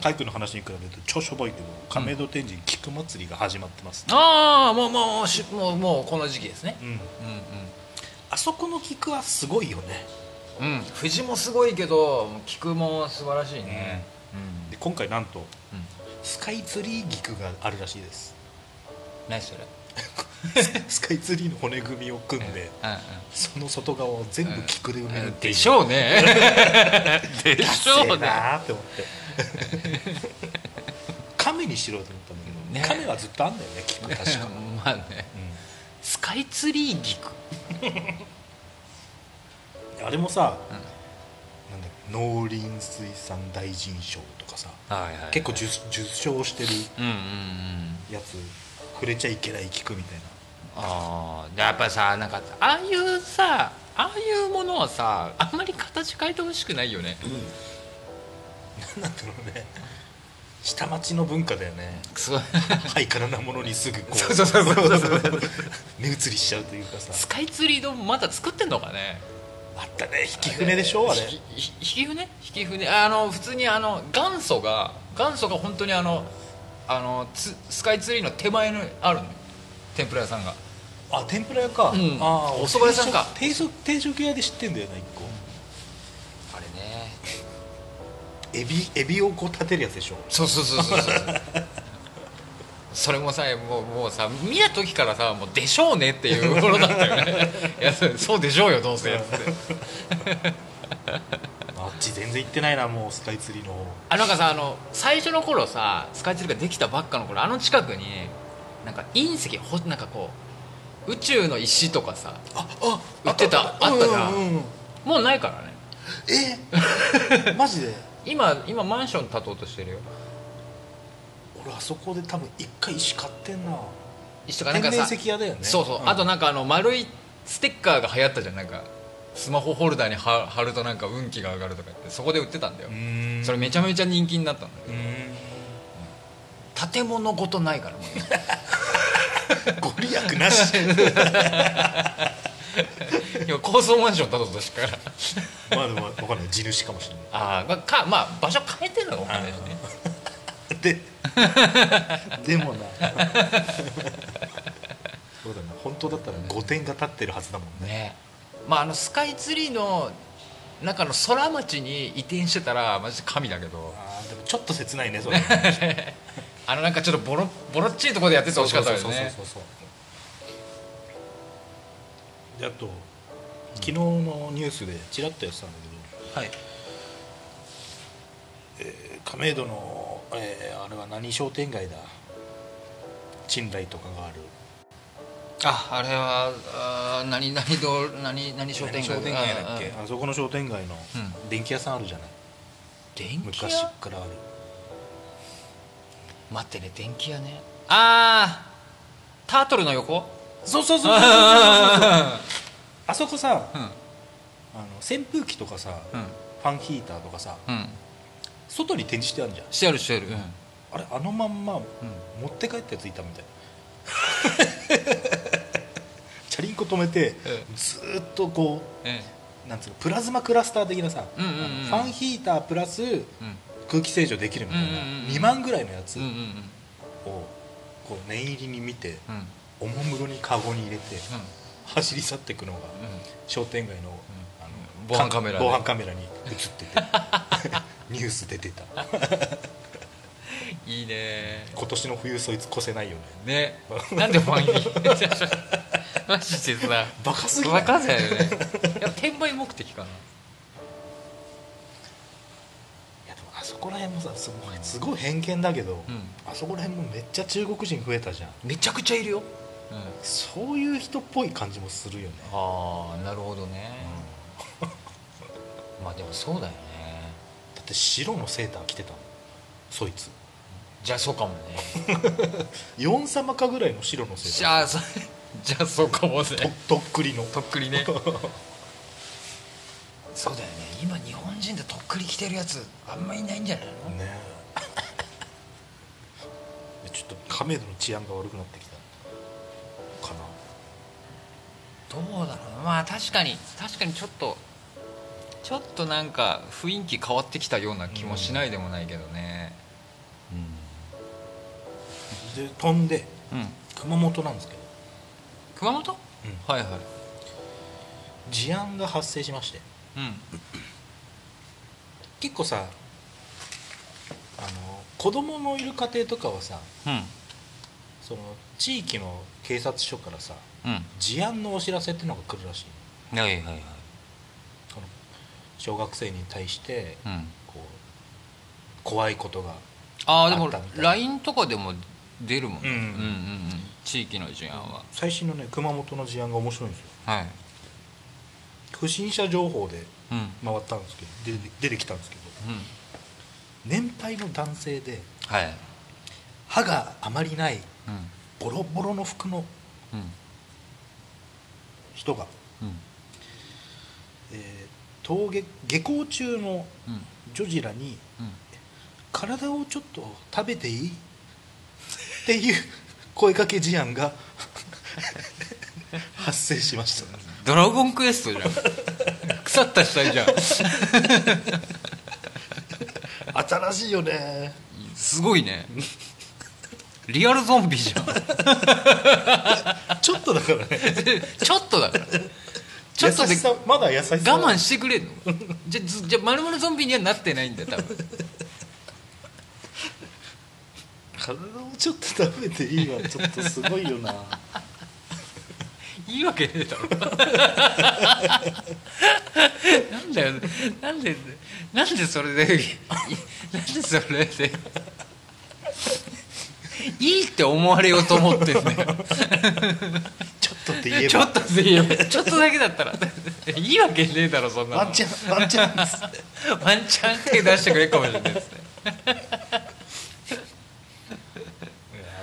[SPEAKER 2] 海君の話に比べると超しょぼいけど亀戸天神菊祭りが始まってます、
[SPEAKER 1] ああ、もうもうしもうもうこの時期ですね。
[SPEAKER 2] うん、
[SPEAKER 1] う
[SPEAKER 2] あそこの菊はすごいよね
[SPEAKER 1] んうん。うん。藤もすごいけど、菊も素晴らしいね。
[SPEAKER 2] で今回なんと
[SPEAKER 1] うん。うん。
[SPEAKER 2] スカイツリー菊があるらしいです
[SPEAKER 1] 何それ。
[SPEAKER 2] スカイツリーの骨組みを組んで
[SPEAKER 1] うん
[SPEAKER 2] その外側を全部菊で埋めるっ
[SPEAKER 1] うん。
[SPEAKER 2] ていう
[SPEAKER 1] でしょうね。 で
[SPEAKER 2] ダ
[SPEAKER 1] し
[SPEAKER 2] セ
[SPEAKER 1] ょう
[SPEAKER 2] ー
[SPEAKER 1] ね。
[SPEAKER 2] なーって思って亀にしろうと思ったんだ
[SPEAKER 1] ね
[SPEAKER 2] けど、亀はずっとあんだよね菊確か、
[SPEAKER 1] まあね。スカイツリー菊。
[SPEAKER 2] うんあれもさ、なんだっけ農林水産大臣賞とかさ
[SPEAKER 1] はいは
[SPEAKER 2] 結構受受賞してる
[SPEAKER 1] うんうんうん。
[SPEAKER 2] やつ触れちゃいけない菊みたいな
[SPEAKER 1] ああやっぱりさなんかああいうさああいうものはさあんまり形変えてほしくないよね
[SPEAKER 2] うん、 なんだろうね下町の文化だよね
[SPEAKER 1] すごい
[SPEAKER 2] ハイカラなものにすぐこう
[SPEAKER 1] そうそうそうそうそうそう
[SPEAKER 2] 目移りしちゃうというかさ
[SPEAKER 1] スカイツリードームまだ作ってんのかね
[SPEAKER 2] あったね引き船でしょあれ
[SPEAKER 1] ひひ引き船引き船あの普通にあの元祖が元祖が本当にあのあのつスカイツリーの手前のあるの天ぷら屋さんが
[SPEAKER 2] あ天ぷら屋か、
[SPEAKER 1] うん
[SPEAKER 2] ああ
[SPEAKER 1] お蕎麦屋さんか
[SPEAKER 2] 定食定食屋で知ってんだよな一個
[SPEAKER 1] あれね
[SPEAKER 2] エビエビをこう立てるやつでしょ
[SPEAKER 1] そうそうそうそうそうそれもさもうもうさ見た時からさもうでしょうねっていうものだったよねいやそうそうでしょうよどうせっつって
[SPEAKER 2] あっち全然行ってないなもうスカイツリーの方
[SPEAKER 1] あなんかさあの最初の頃さスカイツリーができたばっかの頃あの近くになんか隕石ほなんかこう宇宙の石とかさ
[SPEAKER 2] ああ
[SPEAKER 1] 売ってたあったじゃん
[SPEAKER 2] うんうんうん
[SPEAKER 1] もうないからね
[SPEAKER 2] えマジで
[SPEAKER 1] 今今マンション建とうとしてるよ
[SPEAKER 2] 俺あそこで多分一回石買ってんな
[SPEAKER 1] 石とかなん
[SPEAKER 2] 天
[SPEAKER 1] か
[SPEAKER 2] 然
[SPEAKER 1] さ
[SPEAKER 2] 石屋だよね
[SPEAKER 1] そうそう、あとなんかあの丸いステッカーが流行ったじゃんなんかスマホホルダーに貼貼るとなんか運気が上がるとか言ってそこで売ってたんだよ、
[SPEAKER 2] ん
[SPEAKER 1] それめちゃめちゃ人気になったんだ
[SPEAKER 2] う
[SPEAKER 1] け
[SPEAKER 2] ん
[SPEAKER 1] ど建物ごとないからもうね
[SPEAKER 2] ご利益なし
[SPEAKER 1] 今高層マンション建とうとしてるから
[SPEAKER 2] まあでも分かんない地主かもしれない
[SPEAKER 1] あー、まあかまあ場所変えてるのかもしれないしね
[SPEAKER 2] で でも なそうだな本当だったら5点が立ってるはずだもんね
[SPEAKER 1] ねまああのスカイツリーの中の空町に移転してたらマジで神だけど
[SPEAKER 2] あーでもちょっと切ないねそれ
[SPEAKER 1] あのなんかちょっとボロボロっちいところでやっててほしかったよ
[SPEAKER 2] そうそう
[SPEAKER 1] ね
[SPEAKER 2] そうそうであと昨日のニュースでちらっとやってたんだ
[SPEAKER 1] はい
[SPEAKER 2] けど亀戸の、えーあれは何商店街だ賃来とかがある
[SPEAKER 1] ああれはあー何々ど何何商店街
[SPEAKER 2] 何だっけ
[SPEAKER 1] あ
[SPEAKER 2] あそこの商店街の
[SPEAKER 1] うん
[SPEAKER 2] 電気屋さんあるじゃない、
[SPEAKER 1] 電気
[SPEAKER 2] 昔
[SPEAKER 1] 屋
[SPEAKER 2] からある
[SPEAKER 1] 待ってね電気屋ねあータートルの横
[SPEAKER 2] そうそうそうそうそうそうあそこさ
[SPEAKER 1] うん
[SPEAKER 2] あの扇風機とかさ、
[SPEAKER 1] うん
[SPEAKER 2] ファンヒーターとかさ
[SPEAKER 1] うん
[SPEAKER 2] 外に展示してあるじゃん
[SPEAKER 1] してあるしてあるうん
[SPEAKER 2] あれあのまんま持って帰ったやついたみたい チャリンコ止めて、
[SPEAKER 1] う
[SPEAKER 2] ずーっとこ
[SPEAKER 1] え
[SPEAKER 2] うなんつうのプラズマクラスター的なさ、
[SPEAKER 1] うんうんうん
[SPEAKER 2] あのファンヒータープラス
[SPEAKER 1] えうん
[SPEAKER 2] 空気清浄できるみたいな、
[SPEAKER 1] うんうんうんうん
[SPEAKER 2] 2万ぐらいのやつを
[SPEAKER 1] うんうん
[SPEAKER 2] こう念入りに見て、
[SPEAKER 1] うんうん
[SPEAKER 2] おもむろにカゴに入れて、
[SPEAKER 1] うん
[SPEAKER 2] 走り去っていくのが、
[SPEAKER 1] うん
[SPEAKER 2] 商店街の,、あの
[SPEAKER 1] 防犯カメラで
[SPEAKER 2] 防犯カメラに映ってて ニュース出てた
[SPEAKER 1] いいね
[SPEAKER 2] 今年の冬そいつ越せないよね
[SPEAKER 1] ねなんでファンに マジでさ
[SPEAKER 2] バカすぎない
[SPEAKER 1] バカだよねやっぱ転売目的かない
[SPEAKER 2] やでもあそこら辺もさすごいすごい偏見だけど、
[SPEAKER 1] うん
[SPEAKER 2] あそこら辺もめっちゃ中国人増えたじゃん
[SPEAKER 1] めちゃくちゃいるよ、あ
[SPEAKER 2] そういう人っぽい感じもするよね
[SPEAKER 1] あなるほどね、まあでもそうだよね
[SPEAKER 2] だって白のセーター着てたのそいつ
[SPEAKER 1] じゃあそうかもね
[SPEAKER 2] 4様かぐらいの白のセー
[SPEAKER 1] じ
[SPEAKER 2] ター
[SPEAKER 1] ゃあそじゃあそうかもね
[SPEAKER 2] ととっくりの
[SPEAKER 1] とっくりねそうだよね今日本人でとっくり着てるやつあんまいないんじゃないの
[SPEAKER 2] ねえ ちょっと亀戸の治安が悪くなってきたかな
[SPEAKER 1] どうだろうなまあ確かに確かにちょっとちょっとなんか雰囲気変わってきたような気もしないでもないけどね
[SPEAKER 2] で飛んで
[SPEAKER 1] うん、
[SPEAKER 2] 熊本なんですけど
[SPEAKER 1] 熊本、はいはい
[SPEAKER 2] 事案が発生しまして
[SPEAKER 1] うん
[SPEAKER 2] 結構さあの子供のいる家庭とかはさ
[SPEAKER 1] うん
[SPEAKER 2] その地域の警察署からさ
[SPEAKER 1] うん
[SPEAKER 2] 事案のお知らせってのが来るらしい
[SPEAKER 1] はいはいはい
[SPEAKER 2] のその小学生に対して
[SPEAKER 1] うん
[SPEAKER 2] こう怖いことが
[SPEAKER 1] ああで
[SPEAKER 2] あ
[SPEAKER 1] も
[SPEAKER 2] ったみたい
[SPEAKER 1] LINE とかでも出るもんね
[SPEAKER 2] うん
[SPEAKER 1] うんうんうん地域の事案は
[SPEAKER 2] 最新のね熊本の事案が面白いんですよ
[SPEAKER 1] はい
[SPEAKER 2] 不審者情報で
[SPEAKER 1] うん
[SPEAKER 2] 回ったんですけど出て出てきたんですけど
[SPEAKER 1] うん
[SPEAKER 2] 年配の男性で
[SPEAKER 1] はい
[SPEAKER 2] 歯があまりない
[SPEAKER 1] うん
[SPEAKER 2] ボロボロの服の
[SPEAKER 1] うん
[SPEAKER 2] 人が、
[SPEAKER 1] うん
[SPEAKER 2] えー登下下校中の
[SPEAKER 1] うん
[SPEAKER 2] 女児らに
[SPEAKER 1] うん
[SPEAKER 2] 「体をちょっと食べていい?」っていう声かけ事案が 発生しました
[SPEAKER 1] ドラゴンクエストじゃん 腐った死体じゃん
[SPEAKER 2] 新しいよね
[SPEAKER 1] すごいねリアルゾンビ じゃん
[SPEAKER 2] ちょっとだからね
[SPEAKER 1] ちょっとだからちょっとで
[SPEAKER 2] 優しさまだ優しさ
[SPEAKER 1] 我慢してくれんのじゃずじゃまるまるゾンビにはなってないんだよ多分
[SPEAKER 2] 体をちょっと食べていいわちょっとすごいよな
[SPEAKER 1] いいわけねえだろなんだよなんでなんでそれでいなんでそれでいいって思われようと思ってんだよ
[SPEAKER 2] ちょっとって言えば
[SPEAKER 1] ちょっとでいいよちょっとだけだったらいいわけねえだろそんなの
[SPEAKER 2] ワンチャンワンチャンです
[SPEAKER 1] ワンチャン手出してくれるかもしれない ですね
[SPEAKER 2] いや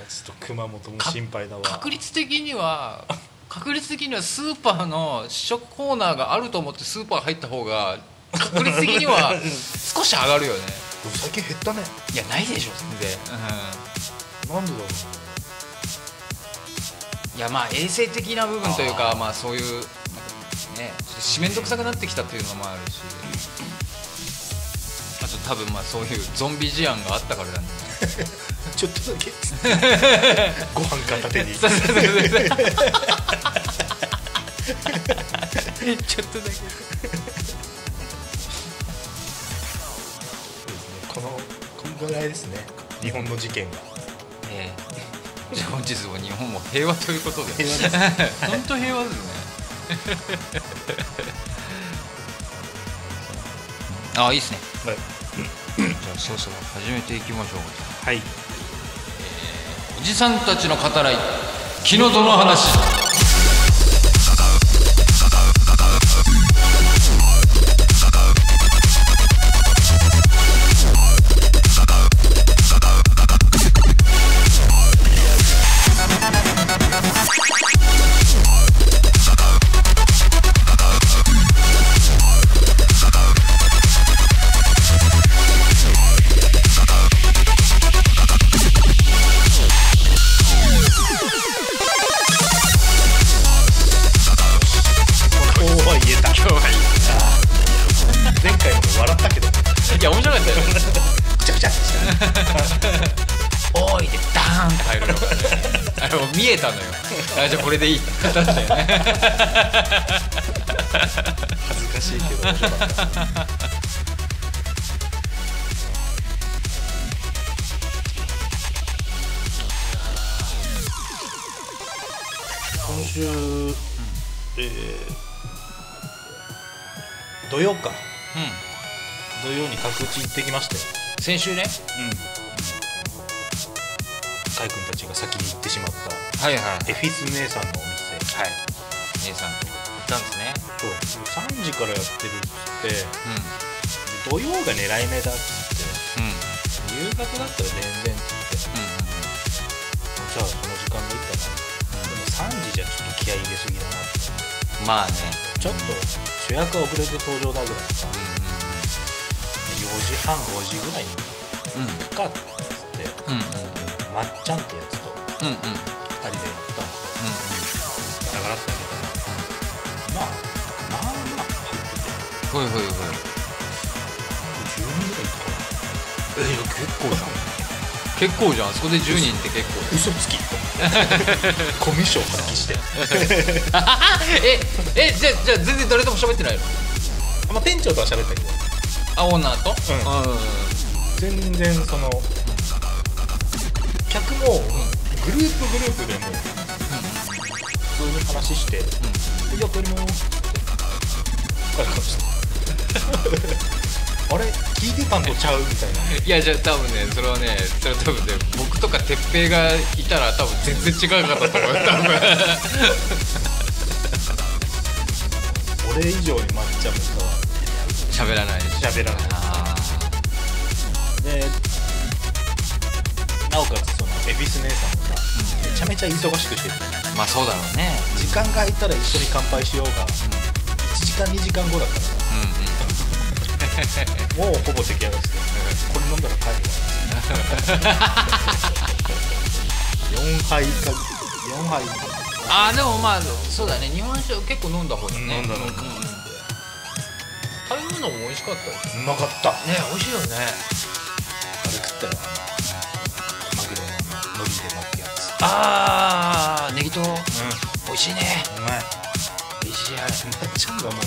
[SPEAKER 2] ちょっと熊本も心配だわ
[SPEAKER 1] 確率的には確率的にはスーパーの試食コーナーがあると思ってスーパー入った方が確率的には少し上がるよね
[SPEAKER 2] お酒減ったね
[SPEAKER 1] いやないでしょ全然、
[SPEAKER 2] なんでだろう
[SPEAKER 1] うん、いやまあ衛生的な部分というかまあそういうなんかねちょっとしめんどくさくなってきたっていうのもあるし、まあ、ちょっと多分まあそういうゾンビ事案があったからなん だよね
[SPEAKER 2] なちょっと だけご飯片 手に
[SPEAKER 1] そうそうそうそうちょっとだけ
[SPEAKER 2] このこのぐらいですね日本の事件が
[SPEAKER 1] ええじゃあ本日も日本も平和ということで
[SPEAKER 2] 平和で
[SPEAKER 1] 本当平和ですね ああいいですねじゃあそろそろ始めていきましょう
[SPEAKER 2] はい
[SPEAKER 1] おじさんたちの語らい気のの話
[SPEAKER 2] おお言えた
[SPEAKER 1] 今日はいい
[SPEAKER 2] 前回も笑ったけど
[SPEAKER 1] いや面白かったよね
[SPEAKER 2] くちゃくちゃってしたね
[SPEAKER 1] おいでダーンって入るのがねあれも う見えたのよあじゃあこれでいいって形だよね
[SPEAKER 2] 恥ずかしいけど面白かった今週、えー土曜か土曜に各地行ってきましたよ
[SPEAKER 1] うん先週ね
[SPEAKER 2] カイ君たちが先に行ってしまっ
[SPEAKER 1] はいはい
[SPEAKER 2] たエフィス姉さんのお店はい
[SPEAKER 1] A さんと行ったんですね
[SPEAKER 2] そう3時からやってるっつって
[SPEAKER 1] うん
[SPEAKER 2] 土曜が狙い目だっつっ
[SPEAKER 1] う
[SPEAKER 2] て
[SPEAKER 1] ん
[SPEAKER 2] 夕方だったら全然っつっ
[SPEAKER 1] う
[SPEAKER 2] てじゃあその時間でいいかなでも3時じゃちょっと気合い入れすぎだなっ
[SPEAKER 1] ん
[SPEAKER 2] て
[SPEAKER 1] まあね
[SPEAKER 2] ちょっと主役は遅れて登場だぐらいさ4時半5時ぐらいに
[SPEAKER 1] うんうん
[SPEAKER 2] 行くかっつって
[SPEAKER 1] うんうん
[SPEAKER 2] まっちゃんってやつと
[SPEAKER 1] うんうんうん
[SPEAKER 2] 2人でやったのだからってあげたらまあまあまあ入ってて
[SPEAKER 1] ほいほいほい
[SPEAKER 2] 10人ぐらいいたからえいや結構じゃん
[SPEAKER 1] 結構じゃんあそこで10人って結構
[SPEAKER 2] 嘘つきコミュ障発揮して、
[SPEAKER 1] ええじゃあじゃあ全然誰とも喋ってないの
[SPEAKER 2] まあ、店長とは喋ったけど
[SPEAKER 1] あオーナーと
[SPEAKER 2] うん全然その客もグループグループでも普通に話して「いや撮ります」ってこういう感じであれ聞いてたんとちゃうみたいな
[SPEAKER 1] うんいやじゃあ多分ねそれはねそれは多分ね僕とか哲平がいたら多分全然違うかったと思う多分
[SPEAKER 2] 俺以上にまっちゃんもさ
[SPEAKER 1] 喋らないし
[SPEAKER 2] 喋らない
[SPEAKER 1] あ
[SPEAKER 2] でなおかつその恵比寿姉さんもさめちゃめちゃ忙しくしてる
[SPEAKER 1] ーまあそうだろうね
[SPEAKER 2] 時間が空いたら一緒に乾杯しようが1時間2時間後だからさ
[SPEAKER 1] うんうん
[SPEAKER 2] もうほぼ出来上がっててこれ飲んだら帰るわ4杯か4杯
[SPEAKER 1] あーでもまあそうだね日本酒結構飲んだ方だね
[SPEAKER 2] 飲んだの
[SPEAKER 1] うううん食べ物も美味しかったよね
[SPEAKER 2] うまかったあれ
[SPEAKER 1] 美味しいよね
[SPEAKER 2] 食ったよあのマグロの海苔で巻くやつ
[SPEAKER 1] ああネギと
[SPEAKER 2] う
[SPEAKER 1] 美味しいね
[SPEAKER 2] んうまい
[SPEAKER 1] 美味しいあれ
[SPEAKER 2] なっちゃんがもうね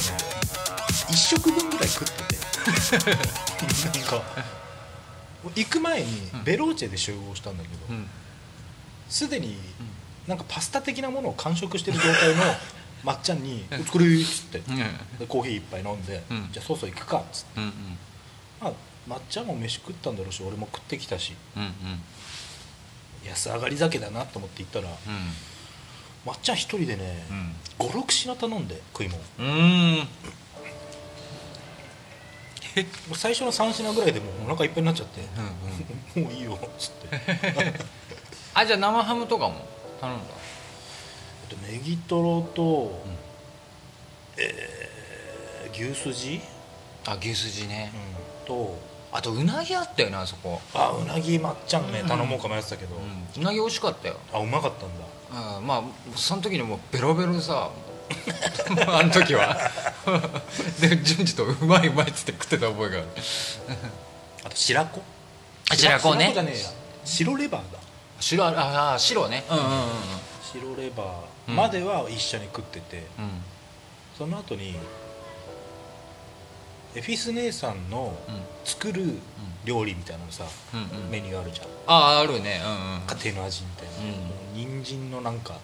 [SPEAKER 2] 1食分ぐらい食っててなんか行く前に
[SPEAKER 1] うん
[SPEAKER 2] ベローチェで集合したんだけ
[SPEAKER 1] う
[SPEAKER 2] ど
[SPEAKER 1] ん
[SPEAKER 2] すで、になんかパスタ的なものを完食してる状態のまっちゃんに「お
[SPEAKER 1] うん
[SPEAKER 2] 疲れ」っつって、
[SPEAKER 1] うん
[SPEAKER 2] でコーヒー一杯飲んで、
[SPEAKER 1] うん
[SPEAKER 2] じゃあそろそろ行くかっつって、
[SPEAKER 1] うんうん
[SPEAKER 2] まあ、まっちゃんも飯食ったんだろうし俺も食ってきたし
[SPEAKER 1] うん
[SPEAKER 2] 安上がり酒だなと思って行ったら、まっちゃん一人でね、56品頼んで食い物
[SPEAKER 1] うんうんうん
[SPEAKER 2] 俺最初の3品ぐらいでもうお腹いっぱいになっちゃって
[SPEAKER 1] うん
[SPEAKER 2] 「もういいよ」っ つってえっ
[SPEAKER 1] あじゃあ生ハムとかも頼んだ
[SPEAKER 2] とネギトロと、えー牛すじ、
[SPEAKER 1] あ牛すじね
[SPEAKER 2] うん、と
[SPEAKER 1] あとうなぎあったよなあそこ
[SPEAKER 2] あうなぎまっちゃんね頼もうか迷ってたけど、
[SPEAKER 1] うんうなぎ美味しかったよ
[SPEAKER 2] あうまかったんだ
[SPEAKER 1] うんまあその時にもうベロベロでさ あの時は で順次とうまいうまいっつって食ってた覚えがある
[SPEAKER 2] あと白子
[SPEAKER 1] あ白子ね
[SPEAKER 2] 白子じゃねえや白レバーだ
[SPEAKER 1] 白ああ白ねうんうんうん
[SPEAKER 2] 白レバ
[SPEAKER 1] う
[SPEAKER 2] ー
[SPEAKER 1] ん
[SPEAKER 2] までは一緒に食ってて、
[SPEAKER 1] うん
[SPEAKER 2] その後にエフィス姉さんの
[SPEAKER 1] うん
[SPEAKER 2] 作る料理みたいなのさ、
[SPEAKER 1] うんうん
[SPEAKER 2] メニューあるじゃん
[SPEAKER 1] あああるねうんうん
[SPEAKER 2] 家庭の味みたいな、
[SPEAKER 1] うん
[SPEAKER 2] もう人参のなんか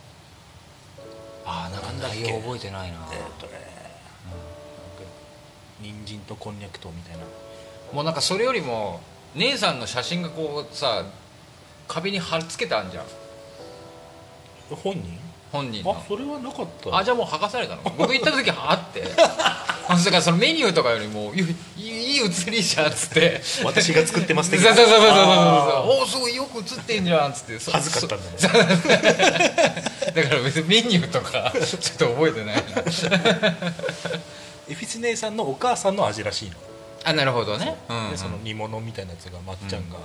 [SPEAKER 1] ああなんか
[SPEAKER 2] なんだっけ
[SPEAKER 1] 内容覚えてないな
[SPEAKER 2] えーっとね、なんか人参とこんにゃくとみたいな
[SPEAKER 1] もうなんかそれよりも姉さんの写真がこうさ壁に貼り付けてあんじゃん
[SPEAKER 2] 本人
[SPEAKER 1] 本人の
[SPEAKER 2] あそれはなかった
[SPEAKER 1] あじゃあもう剥がされたの僕行った時はあって あだからそのメニューとかよりもいいいい写りじゃんっつって
[SPEAKER 2] 私が作ってます
[SPEAKER 1] そう
[SPEAKER 2] 的
[SPEAKER 1] そ
[SPEAKER 2] な
[SPEAKER 1] うそうそうそうそう
[SPEAKER 2] あ
[SPEAKER 1] おおすごいよく写ってんじゃんっつって
[SPEAKER 2] ー
[SPEAKER 1] そ
[SPEAKER 2] 恥ずかったんだね
[SPEAKER 1] そうだから別にメニューとかちょっと覚えてないな
[SPEAKER 2] エフィス姉さんのお母さんの味らしいの、
[SPEAKER 1] あなるほどねうん
[SPEAKER 2] でその煮物みたいなやつがまっちゃんが、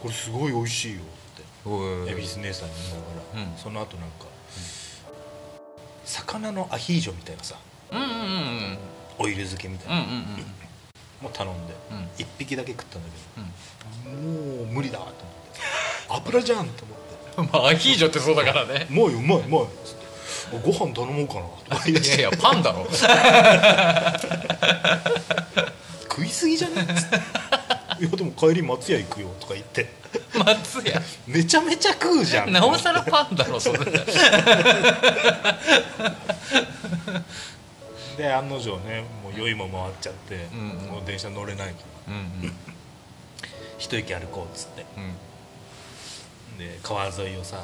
[SPEAKER 2] これすごい美味しいよ」っ
[SPEAKER 1] うん
[SPEAKER 2] てエフィス姉さんに言いながら、
[SPEAKER 1] うん
[SPEAKER 2] その後なんか、魚のアヒージョみたいなさ
[SPEAKER 1] うんうんうん
[SPEAKER 2] オイル漬けみたい
[SPEAKER 1] うんうん
[SPEAKER 2] な
[SPEAKER 1] うんうん
[SPEAKER 2] のも頼んで、
[SPEAKER 1] うん
[SPEAKER 2] 一1匹だけ食ったんだけ
[SPEAKER 1] う
[SPEAKER 2] ど
[SPEAKER 1] ん
[SPEAKER 2] もう無理だと思って油じゃんと思って
[SPEAKER 1] うんまあアヒージョってそうだからね
[SPEAKER 2] 「もうようまいうまい」つって「ご飯頼もうかな」とか言い出
[SPEAKER 1] い
[SPEAKER 2] し
[SPEAKER 1] やい
[SPEAKER 2] て
[SPEAKER 1] やパンだろ
[SPEAKER 2] 「食いすぎじゃない?」つって「いやでも帰り松屋行くよ」とか言って
[SPEAKER 1] 松屋
[SPEAKER 2] めちゃめちゃ食うじゃん
[SPEAKER 1] なおさらパンだろそれ
[SPEAKER 2] で案の定ねもう酔いも回っちゃって、
[SPEAKER 1] んうん
[SPEAKER 2] もう電車乗れないから
[SPEAKER 1] うんうん
[SPEAKER 2] 一息歩こうっつって
[SPEAKER 1] うん
[SPEAKER 2] で川沿いをさ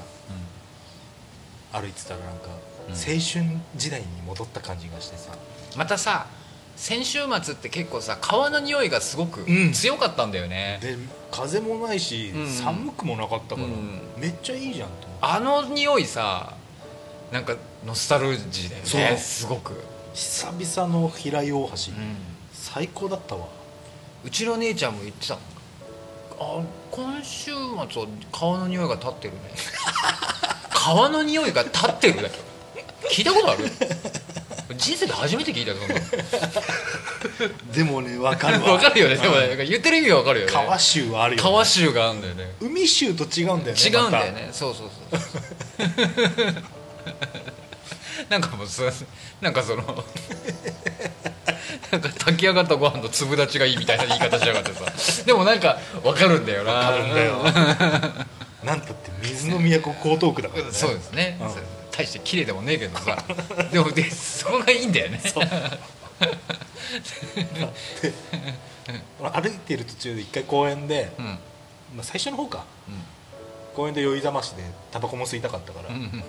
[SPEAKER 1] うん
[SPEAKER 2] 歩いてたらなんか、
[SPEAKER 1] うん
[SPEAKER 2] 青春時代に戻った感じがしてさ
[SPEAKER 1] またさ先週末って結構さ川の匂いがすごく
[SPEAKER 2] うん
[SPEAKER 1] 強かったんだよね、
[SPEAKER 2] で風もないし、
[SPEAKER 1] うんうん
[SPEAKER 2] 寒くもなかったから、
[SPEAKER 1] うん
[SPEAKER 2] めっちゃいいじゃんと思って
[SPEAKER 1] あの匂いさなんかノスタルジーだよ
[SPEAKER 2] そう
[SPEAKER 1] ねすごく、
[SPEAKER 2] 久々の平井大橋、
[SPEAKER 1] う
[SPEAKER 2] 最高だったわ
[SPEAKER 1] ちの姉ちゃんも言ってたもんあ今週末は川の匂いが立 ってるね川の匂いが立ってるだよ聞いたことある人生で初めて聞いたよそんなの
[SPEAKER 2] でもね分かるわ
[SPEAKER 1] わかるよねでもねなんか言ってる意味わかるよね
[SPEAKER 2] 川州はあるよ、ね、
[SPEAKER 1] 川臭があるんだよね
[SPEAKER 2] 海州と違うんだよね
[SPEAKER 1] 違うんだよ
[SPEAKER 2] ま
[SPEAKER 1] ね、そうそうそうそう なんかもうそなんかそのなんか炊き上がったご飯の粒立ちがいいみたいな言い方しやがってさでもなんか分かるんだよな
[SPEAKER 2] たあるんだよ なんたって水の都江東区だから
[SPEAKER 1] う
[SPEAKER 2] ね
[SPEAKER 1] んそうですね、
[SPEAKER 2] うん
[SPEAKER 1] そう大して綺麗でもねえけどさでもでそこがいいんだよね
[SPEAKER 2] そうで歩いてる途中で一回公園で、
[SPEAKER 1] うんうん
[SPEAKER 2] まあ、最初の方か公園で酔いざましでタバコも吸いたかったから、
[SPEAKER 1] うんうん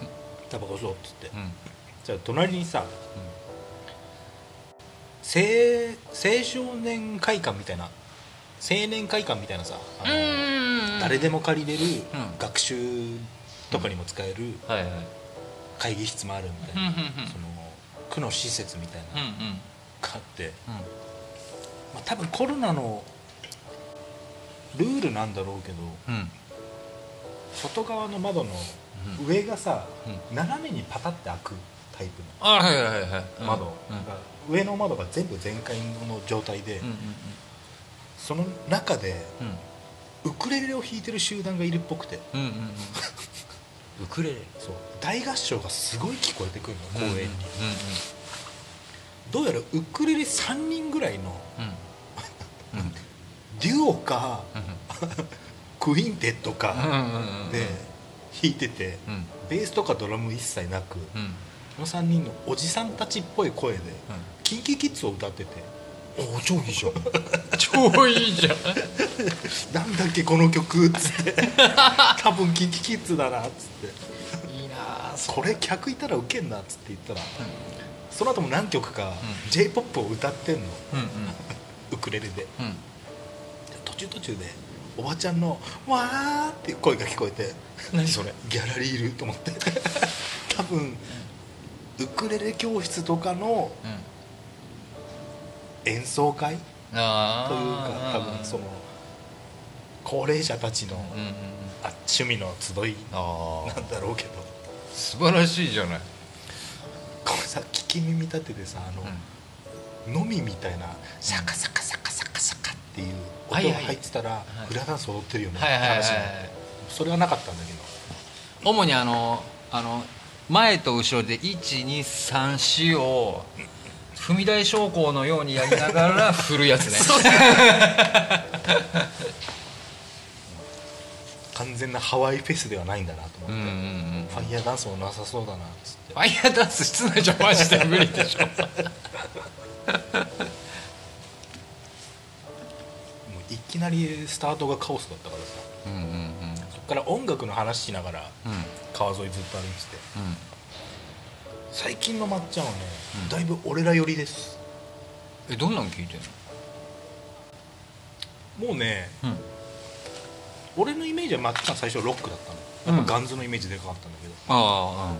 [SPEAKER 2] タバコ吸おうっつって、
[SPEAKER 1] うん
[SPEAKER 2] じゃあ隣にさ、青青少年会館みたいな青年会館みたいなさあの
[SPEAKER 1] うん
[SPEAKER 2] 誰でも借りれる
[SPEAKER 1] うん
[SPEAKER 2] 学習とかにも使える
[SPEAKER 1] はいはい
[SPEAKER 2] 会議室もあるみたい
[SPEAKER 1] うん
[SPEAKER 2] な、
[SPEAKER 1] うん
[SPEAKER 2] その区の施設みたいなの
[SPEAKER 1] うん
[SPEAKER 2] が
[SPEAKER 1] うんうん
[SPEAKER 2] あって、
[SPEAKER 1] うん
[SPEAKER 2] まあ、多分コロナのルールなんだろうけど
[SPEAKER 1] うん
[SPEAKER 2] 外側の窓の上がさ、
[SPEAKER 1] う
[SPEAKER 2] 斜めにパタって開くタイプ
[SPEAKER 1] あはいはいはいはいうん
[SPEAKER 2] の窓
[SPEAKER 1] うん
[SPEAKER 2] が、上の窓が全部全開の状態で、
[SPEAKER 1] うんうん
[SPEAKER 2] その中で
[SPEAKER 1] うんうん
[SPEAKER 2] ウクレレを弾いてる集団がいるっぽくて
[SPEAKER 1] うんうんうん、ウクレレ
[SPEAKER 2] そう大合唱がすごい聞こえてくるの公
[SPEAKER 1] う
[SPEAKER 2] 園に、どうやらウクレレ3人ぐらいの
[SPEAKER 1] んうんうんうん
[SPEAKER 2] デュオか
[SPEAKER 1] うん
[SPEAKER 2] クインテット
[SPEAKER 1] うんう
[SPEAKER 2] か
[SPEAKER 1] んうんうん
[SPEAKER 2] で弾いてて、
[SPEAKER 1] うん
[SPEAKER 2] ベースとかドラム一切なく、
[SPEAKER 1] うん
[SPEAKER 2] この3人のおじさんたちっぽい声で、キンキキッズを歌ってておお超いい じゃん
[SPEAKER 1] 超いいじゃん
[SPEAKER 2] なんだっけこの曲っつって 多分キンキキッズだなっつって
[SPEAKER 1] いいなあそ
[SPEAKER 2] これ客いたらウケんなっつって言ったら、その後も何曲か j p o p を歌ってんの
[SPEAKER 1] うんうん
[SPEAKER 2] ウクレレで
[SPEAKER 1] うん
[SPEAKER 2] 途中途中でおばちゃんの「わー」っていう声が聞こえて
[SPEAKER 1] 何それ
[SPEAKER 2] ギャラリーいると 思って多分ウクレレ教室とかの
[SPEAKER 1] うん
[SPEAKER 2] 演奏会と
[SPEAKER 1] ああ
[SPEAKER 2] いうか多分その高齢者たちの、
[SPEAKER 1] うんうんうん
[SPEAKER 2] あ趣味の集い
[SPEAKER 1] ああ
[SPEAKER 2] なんだろうけど
[SPEAKER 1] 素晴らしいじゃない
[SPEAKER 2] これさ聞き耳立ててさあの、
[SPEAKER 1] う
[SPEAKER 2] のみみたいなサカサカサカサカサカっていう
[SPEAKER 1] は
[SPEAKER 2] 音
[SPEAKER 1] い
[SPEAKER 2] が
[SPEAKER 1] はい
[SPEAKER 2] 入ってたら、
[SPEAKER 1] い
[SPEAKER 2] フラダンス踊ってるよね、
[SPEAKER 1] はいはいはいはい
[SPEAKER 2] って話になってそれはなかったんだけど
[SPEAKER 1] ん主にあのあの前と後ろで1234を踏み台昇降のようにやりながら振るやつね
[SPEAKER 2] 完全なハワイフェスではないんだなと思って、
[SPEAKER 1] うんうんうん
[SPEAKER 2] ファイヤーダンスもなさそうだなっつって
[SPEAKER 1] ファイヤーダンス室内じゃマジで無理でしょ
[SPEAKER 2] もういきなりスタートがカオスだったからさ
[SPEAKER 1] うんうんうん
[SPEAKER 2] そっから音楽の話しながら
[SPEAKER 1] うん
[SPEAKER 2] 川沿いずっと歩いてて
[SPEAKER 1] うん
[SPEAKER 2] 最近のまっちゃんはね、だいぶ俺ら寄りです
[SPEAKER 1] えどんなの聞いてんの
[SPEAKER 2] もうね
[SPEAKER 1] うん
[SPEAKER 2] 俺のイメージはまっちゃん最初ロックだったのやっぱガンズのイメージでかかったんだけど、
[SPEAKER 1] ああ、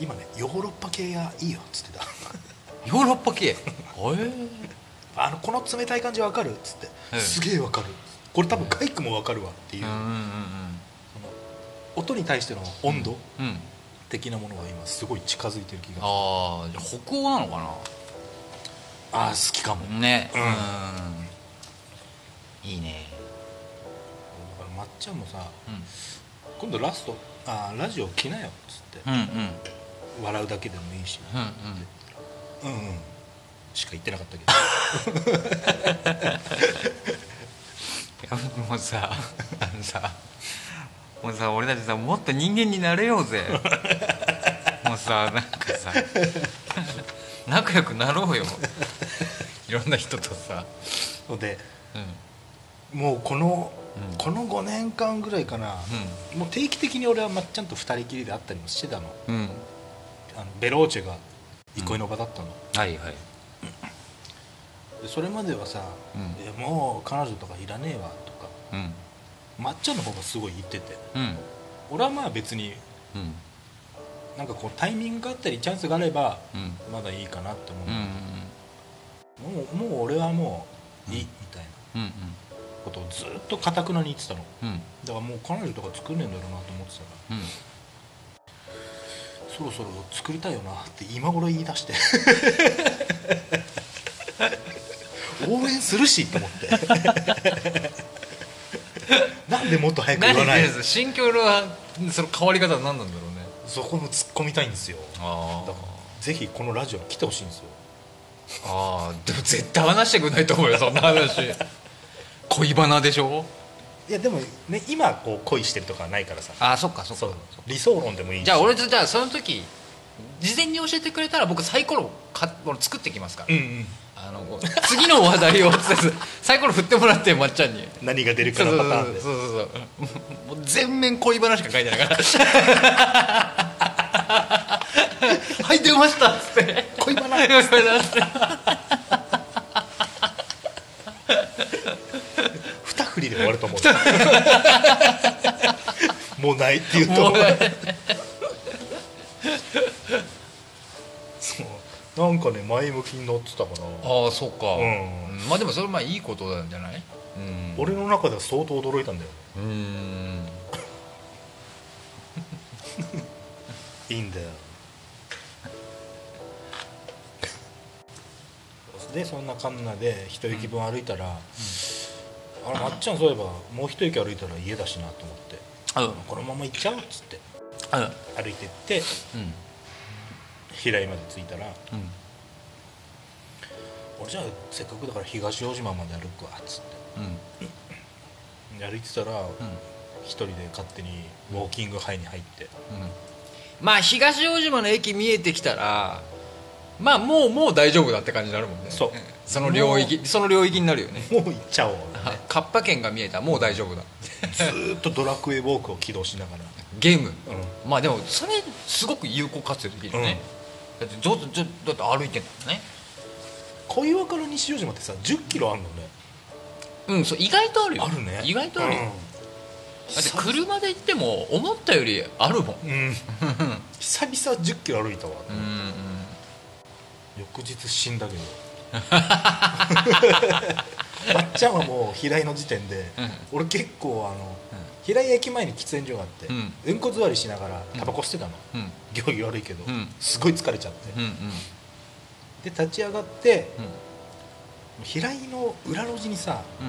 [SPEAKER 2] 今ねヨーロッパ系がいいよっつってた
[SPEAKER 1] うん、ヨーロッパ系へえ
[SPEAKER 2] あのこの冷たい感じわかるっつって、
[SPEAKER 1] うん
[SPEAKER 2] すげえわかるこれ多分カイクもわかるわっていう、
[SPEAKER 1] うんうん
[SPEAKER 2] その音に対しての温度
[SPEAKER 1] うんうん
[SPEAKER 2] 的なものが今すごい近づいてる気が
[SPEAKER 1] ああじゃあ北欧なのか
[SPEAKER 2] ああ好きかも、
[SPEAKER 1] なね
[SPEAKER 2] うん
[SPEAKER 1] うんいいね
[SPEAKER 2] だからまっちゃんもさ
[SPEAKER 1] うん
[SPEAKER 2] 今度ラストあーラジオ来なよっつっ
[SPEAKER 1] う
[SPEAKER 2] て、
[SPEAKER 1] んうん
[SPEAKER 2] 笑うだけでもいいし
[SPEAKER 1] うん
[SPEAKER 2] うんうんしか言ってなかったけど
[SPEAKER 1] うんもうさあのさもうさ俺たちさもっと人間になれよう ぜもうさなんかさ仲良くなろ うよいろんな人とさ
[SPEAKER 2] ので
[SPEAKER 1] うんうん
[SPEAKER 2] もうこの、
[SPEAKER 1] うん
[SPEAKER 2] この5年間ぐらいかな、もう定期的に俺はまっちゃんと2人きりで会ったりもしてたの
[SPEAKER 1] うん
[SPEAKER 2] あのベローチェが憩いの場だったの、
[SPEAKER 1] はいはい
[SPEAKER 2] でそれまではさ、
[SPEAKER 1] うん
[SPEAKER 2] いやもう彼女とかいらねえわとか
[SPEAKER 1] うん
[SPEAKER 2] まっちゃんの方がすごい言ってて
[SPEAKER 1] うん
[SPEAKER 2] 俺はまあ別に
[SPEAKER 1] うん
[SPEAKER 2] なんかこうタイミングがあったりチャンスがあれば
[SPEAKER 1] うん
[SPEAKER 2] まだいいかなって思
[SPEAKER 1] うん
[SPEAKER 2] う、もうもう俺はもういい、みたいな
[SPEAKER 1] うんうん
[SPEAKER 2] ことをずっとかたくなに言ってたの
[SPEAKER 1] うんうん
[SPEAKER 2] だからもう彼女とか作んねえんだろうなと思ってたから
[SPEAKER 1] うん
[SPEAKER 2] そろそろ作りたいよなって今頃言い出して応援するしと思ってなんでもっと早く言わない
[SPEAKER 1] 何心境のはその変わり方は何なんだろうね
[SPEAKER 2] そこも突っ込みたいんですよ
[SPEAKER 1] あ
[SPEAKER 2] だからぜひこのラジオ来てほしいんですよ
[SPEAKER 1] あーでも絶対話してくんないと思うよそんな話恋バナでしょ
[SPEAKER 2] いやでもね今こう恋してるとかはないからさ
[SPEAKER 1] ああそっかそっ
[SPEAKER 2] そう
[SPEAKER 1] か
[SPEAKER 2] 理想論でもいいし
[SPEAKER 1] じゃあ俺とじゃあその時事前に教えてくれたら僕サイコロか俺作ってきますから、
[SPEAKER 2] うんうん
[SPEAKER 1] あのこう次の話題をサイコロ振ってもらってまっちゃんに
[SPEAKER 2] 何が出るか
[SPEAKER 1] そう
[SPEAKER 2] の
[SPEAKER 1] そう
[SPEAKER 2] パ
[SPEAKER 1] そう
[SPEAKER 2] ターンで
[SPEAKER 1] そうそうそうもう全面恋バナしか書いてない からはい出ましたっつって
[SPEAKER 2] 恋バナ
[SPEAKER 1] 恋バナっつって
[SPEAKER 2] 二振りで終わる と思うもうないって言う
[SPEAKER 1] も
[SPEAKER 2] と
[SPEAKER 1] うね
[SPEAKER 2] そうなんかね前向きになってたかな
[SPEAKER 1] ああそうか、
[SPEAKER 2] うん
[SPEAKER 1] まあでもそれまあいいことなんじゃないうん
[SPEAKER 2] 俺の中では相当驚いたんだよ
[SPEAKER 1] うん
[SPEAKER 2] いいんだよでそんなカンナで一駅分歩いたら、あれまっちゃんそういえばもう一駅歩いたら家だしなと思って
[SPEAKER 1] あうん
[SPEAKER 2] このまま行っちゃうっつって
[SPEAKER 1] あ
[SPEAKER 2] 歩いてって
[SPEAKER 1] うん
[SPEAKER 2] 平井まで着いたら
[SPEAKER 1] うん
[SPEAKER 2] 俺じゃあせっかくだから東大島まで歩くわっつって
[SPEAKER 1] うん
[SPEAKER 2] 歩いてたら、一人で勝手にウォーキングハイに入って、
[SPEAKER 1] まあ東大島の駅見えてきたらまあもうもう大丈夫だって感じになるもんね
[SPEAKER 2] そう
[SPEAKER 1] その領
[SPEAKER 2] も
[SPEAKER 1] 域その領域になるよね
[SPEAKER 2] もう行っちゃお う
[SPEAKER 1] あカッパ券が見えたもう大丈夫だ
[SPEAKER 2] ずーっとドラクエウォークを起動しながら
[SPEAKER 1] ゲーム、
[SPEAKER 2] う
[SPEAKER 1] まあでもそれすごく有効活用できるよね、だって上手ずだって歩いてんだもんね
[SPEAKER 2] 小岩から西大島ってさ1 0キロあるのね
[SPEAKER 1] うんそう意外とあるよ
[SPEAKER 2] あるね
[SPEAKER 1] 意外とあるよ、
[SPEAKER 2] うん
[SPEAKER 1] だって車で行っても思ったよりあ るもん
[SPEAKER 2] うん久々1 0キロ歩いたわ、
[SPEAKER 1] うんうん
[SPEAKER 2] 翌日死んだけどまっちゃんはもう平井の時点で、
[SPEAKER 1] うん
[SPEAKER 2] 俺結構あの、
[SPEAKER 1] ん
[SPEAKER 2] 平井駅前に喫煙所があって、う
[SPEAKER 1] うんん、
[SPEAKER 2] こ座りしながらタバコ吸ってたの、
[SPEAKER 1] うん
[SPEAKER 2] 行儀悪いけど、
[SPEAKER 1] うん
[SPEAKER 2] すごい疲れちゃって、
[SPEAKER 1] うんうん
[SPEAKER 2] で立ち上がって
[SPEAKER 1] うん
[SPEAKER 2] 平井の裏路地にさ
[SPEAKER 1] う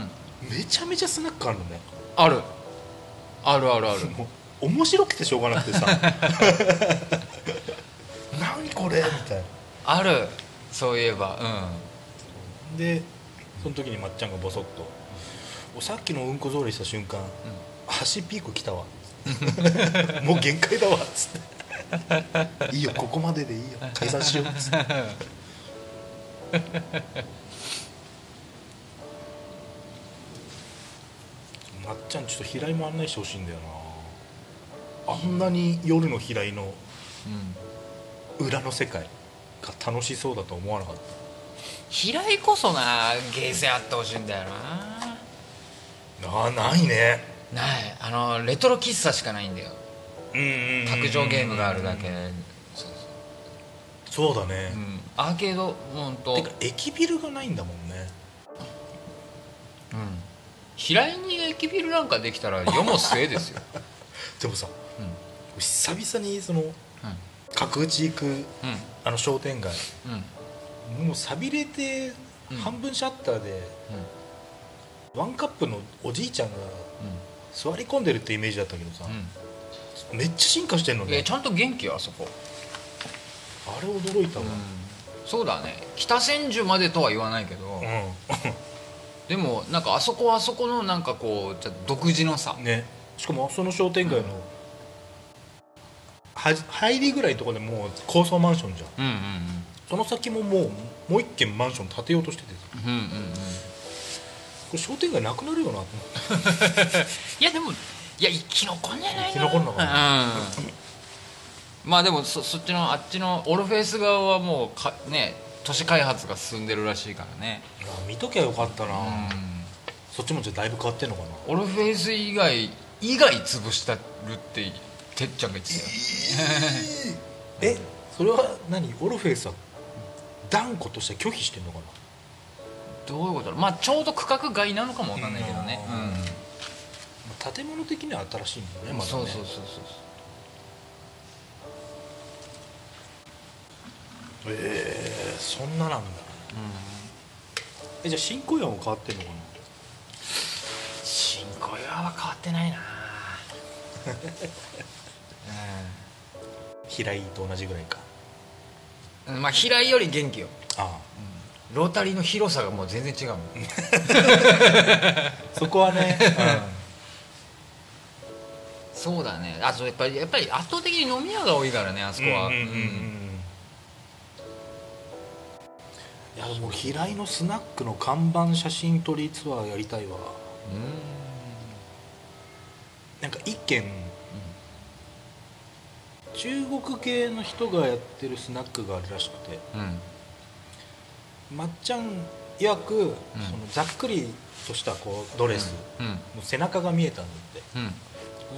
[SPEAKER 1] ん
[SPEAKER 2] めちゃめちゃスナックあるのね
[SPEAKER 1] あるあるあ るある
[SPEAKER 2] もう面白くてしょうがなくてさ 何これみたいな
[SPEAKER 1] あるそういえば
[SPEAKER 2] でその時にまっちゃんがボソッと「おさっきのうんこ草履した瞬間
[SPEAKER 1] うん、うん
[SPEAKER 2] 足ピーク来 たわ」もう限界だ わ」っつって「いいよここまででいいよ解散しよう」っつってまっちゃんちょっと平井も案内してほしいんだよなあんなに夜の平井の
[SPEAKER 1] うん、
[SPEAKER 2] 裏の世界が楽しそうだと思わなかった
[SPEAKER 1] 平井こそなゲーセンあってほしいんだよな
[SPEAKER 2] あーないね
[SPEAKER 1] ないあのレトロ喫茶しかないんだよ
[SPEAKER 2] 卓
[SPEAKER 1] 卓上ゲームがあるだけそう
[SPEAKER 2] そうだ
[SPEAKER 1] そう、う
[SPEAKER 2] ね、
[SPEAKER 1] ん、アーケードほんと、う
[SPEAKER 2] てか駅ビルがないんだもんね
[SPEAKER 1] ん、平井に駅ビルなんかできたら世も末ですよ、
[SPEAKER 2] でもさ
[SPEAKER 1] うんうん
[SPEAKER 2] 久々にその角打ち行く
[SPEAKER 1] う
[SPEAKER 2] あの商店街
[SPEAKER 1] んうん
[SPEAKER 2] もうさびれて
[SPEAKER 1] うん
[SPEAKER 2] 半分シャッターで、ワンカップのおじいちゃんが座り込んでるってイメージだったけどさ
[SPEAKER 1] うん、
[SPEAKER 2] めっちゃ進化してんの
[SPEAKER 1] うんいや
[SPEAKER 2] ね
[SPEAKER 1] ちゃんと元気よあそこ、
[SPEAKER 2] あれ驚いたわ
[SPEAKER 1] そうだね北千住までとは言わないけど、
[SPEAKER 2] うん、
[SPEAKER 1] でもなんかあそこはあそこのなんかこうちょっと独自のさ、
[SPEAKER 2] ねしかもその商店街の、はじ入りぐらいのとこでもう高層マンションじゃん
[SPEAKER 1] うんうん
[SPEAKER 2] その先ももうもう一軒マンション建てようとしててこ
[SPEAKER 1] うんうんうんうん
[SPEAKER 2] れ商店街なくなるよなと思って
[SPEAKER 1] いやでもいや生き残んじゃない
[SPEAKER 2] 生き残んのか
[SPEAKER 1] うん、まあでもそそっちのあっちのオルフェイス側はもうかね都市開発が進んでるらしいからね、
[SPEAKER 2] いや見ときゃよかった
[SPEAKER 1] う、
[SPEAKER 2] な、そっちもじゃあだいぶ変わってんのかなん
[SPEAKER 1] オルフェイス以外以外潰したるっててっちゃんが言ってたよ
[SPEAKER 2] えそれは何オルフェイスは断固として拒否してんのかな
[SPEAKER 1] どういうことだろうまあちょうど区画外なのかもわかんないけどね、
[SPEAKER 2] うんまあ建物的には新しいもんねまだね
[SPEAKER 1] そうそうそうそう
[SPEAKER 2] えーそんななんだ、えじゃあ新小岩も変わってんのかな
[SPEAKER 1] 新小岩は変わってない な
[SPEAKER 2] 平井と同じぐらいか
[SPEAKER 1] うんまあ平井より元気よ
[SPEAKER 2] あ
[SPEAKER 1] ロータリーの広さがもう全然違うもん
[SPEAKER 2] あそこは ね、
[SPEAKER 1] そうだねあそうやっぱりやっぱり圧倒的に飲み屋が多いからねあそこは
[SPEAKER 2] うんうんうんうんいやでも平井のスナックの看板写真撮りツアーやりたい
[SPEAKER 1] うん
[SPEAKER 2] わ
[SPEAKER 1] うん
[SPEAKER 2] なんか一軒中国系の人がやってるスナックがあるらしくて
[SPEAKER 1] うん
[SPEAKER 2] まっちゃん曰く、そのざっくりとしたこうドレス、
[SPEAKER 1] うん
[SPEAKER 2] の背中が見えたんだって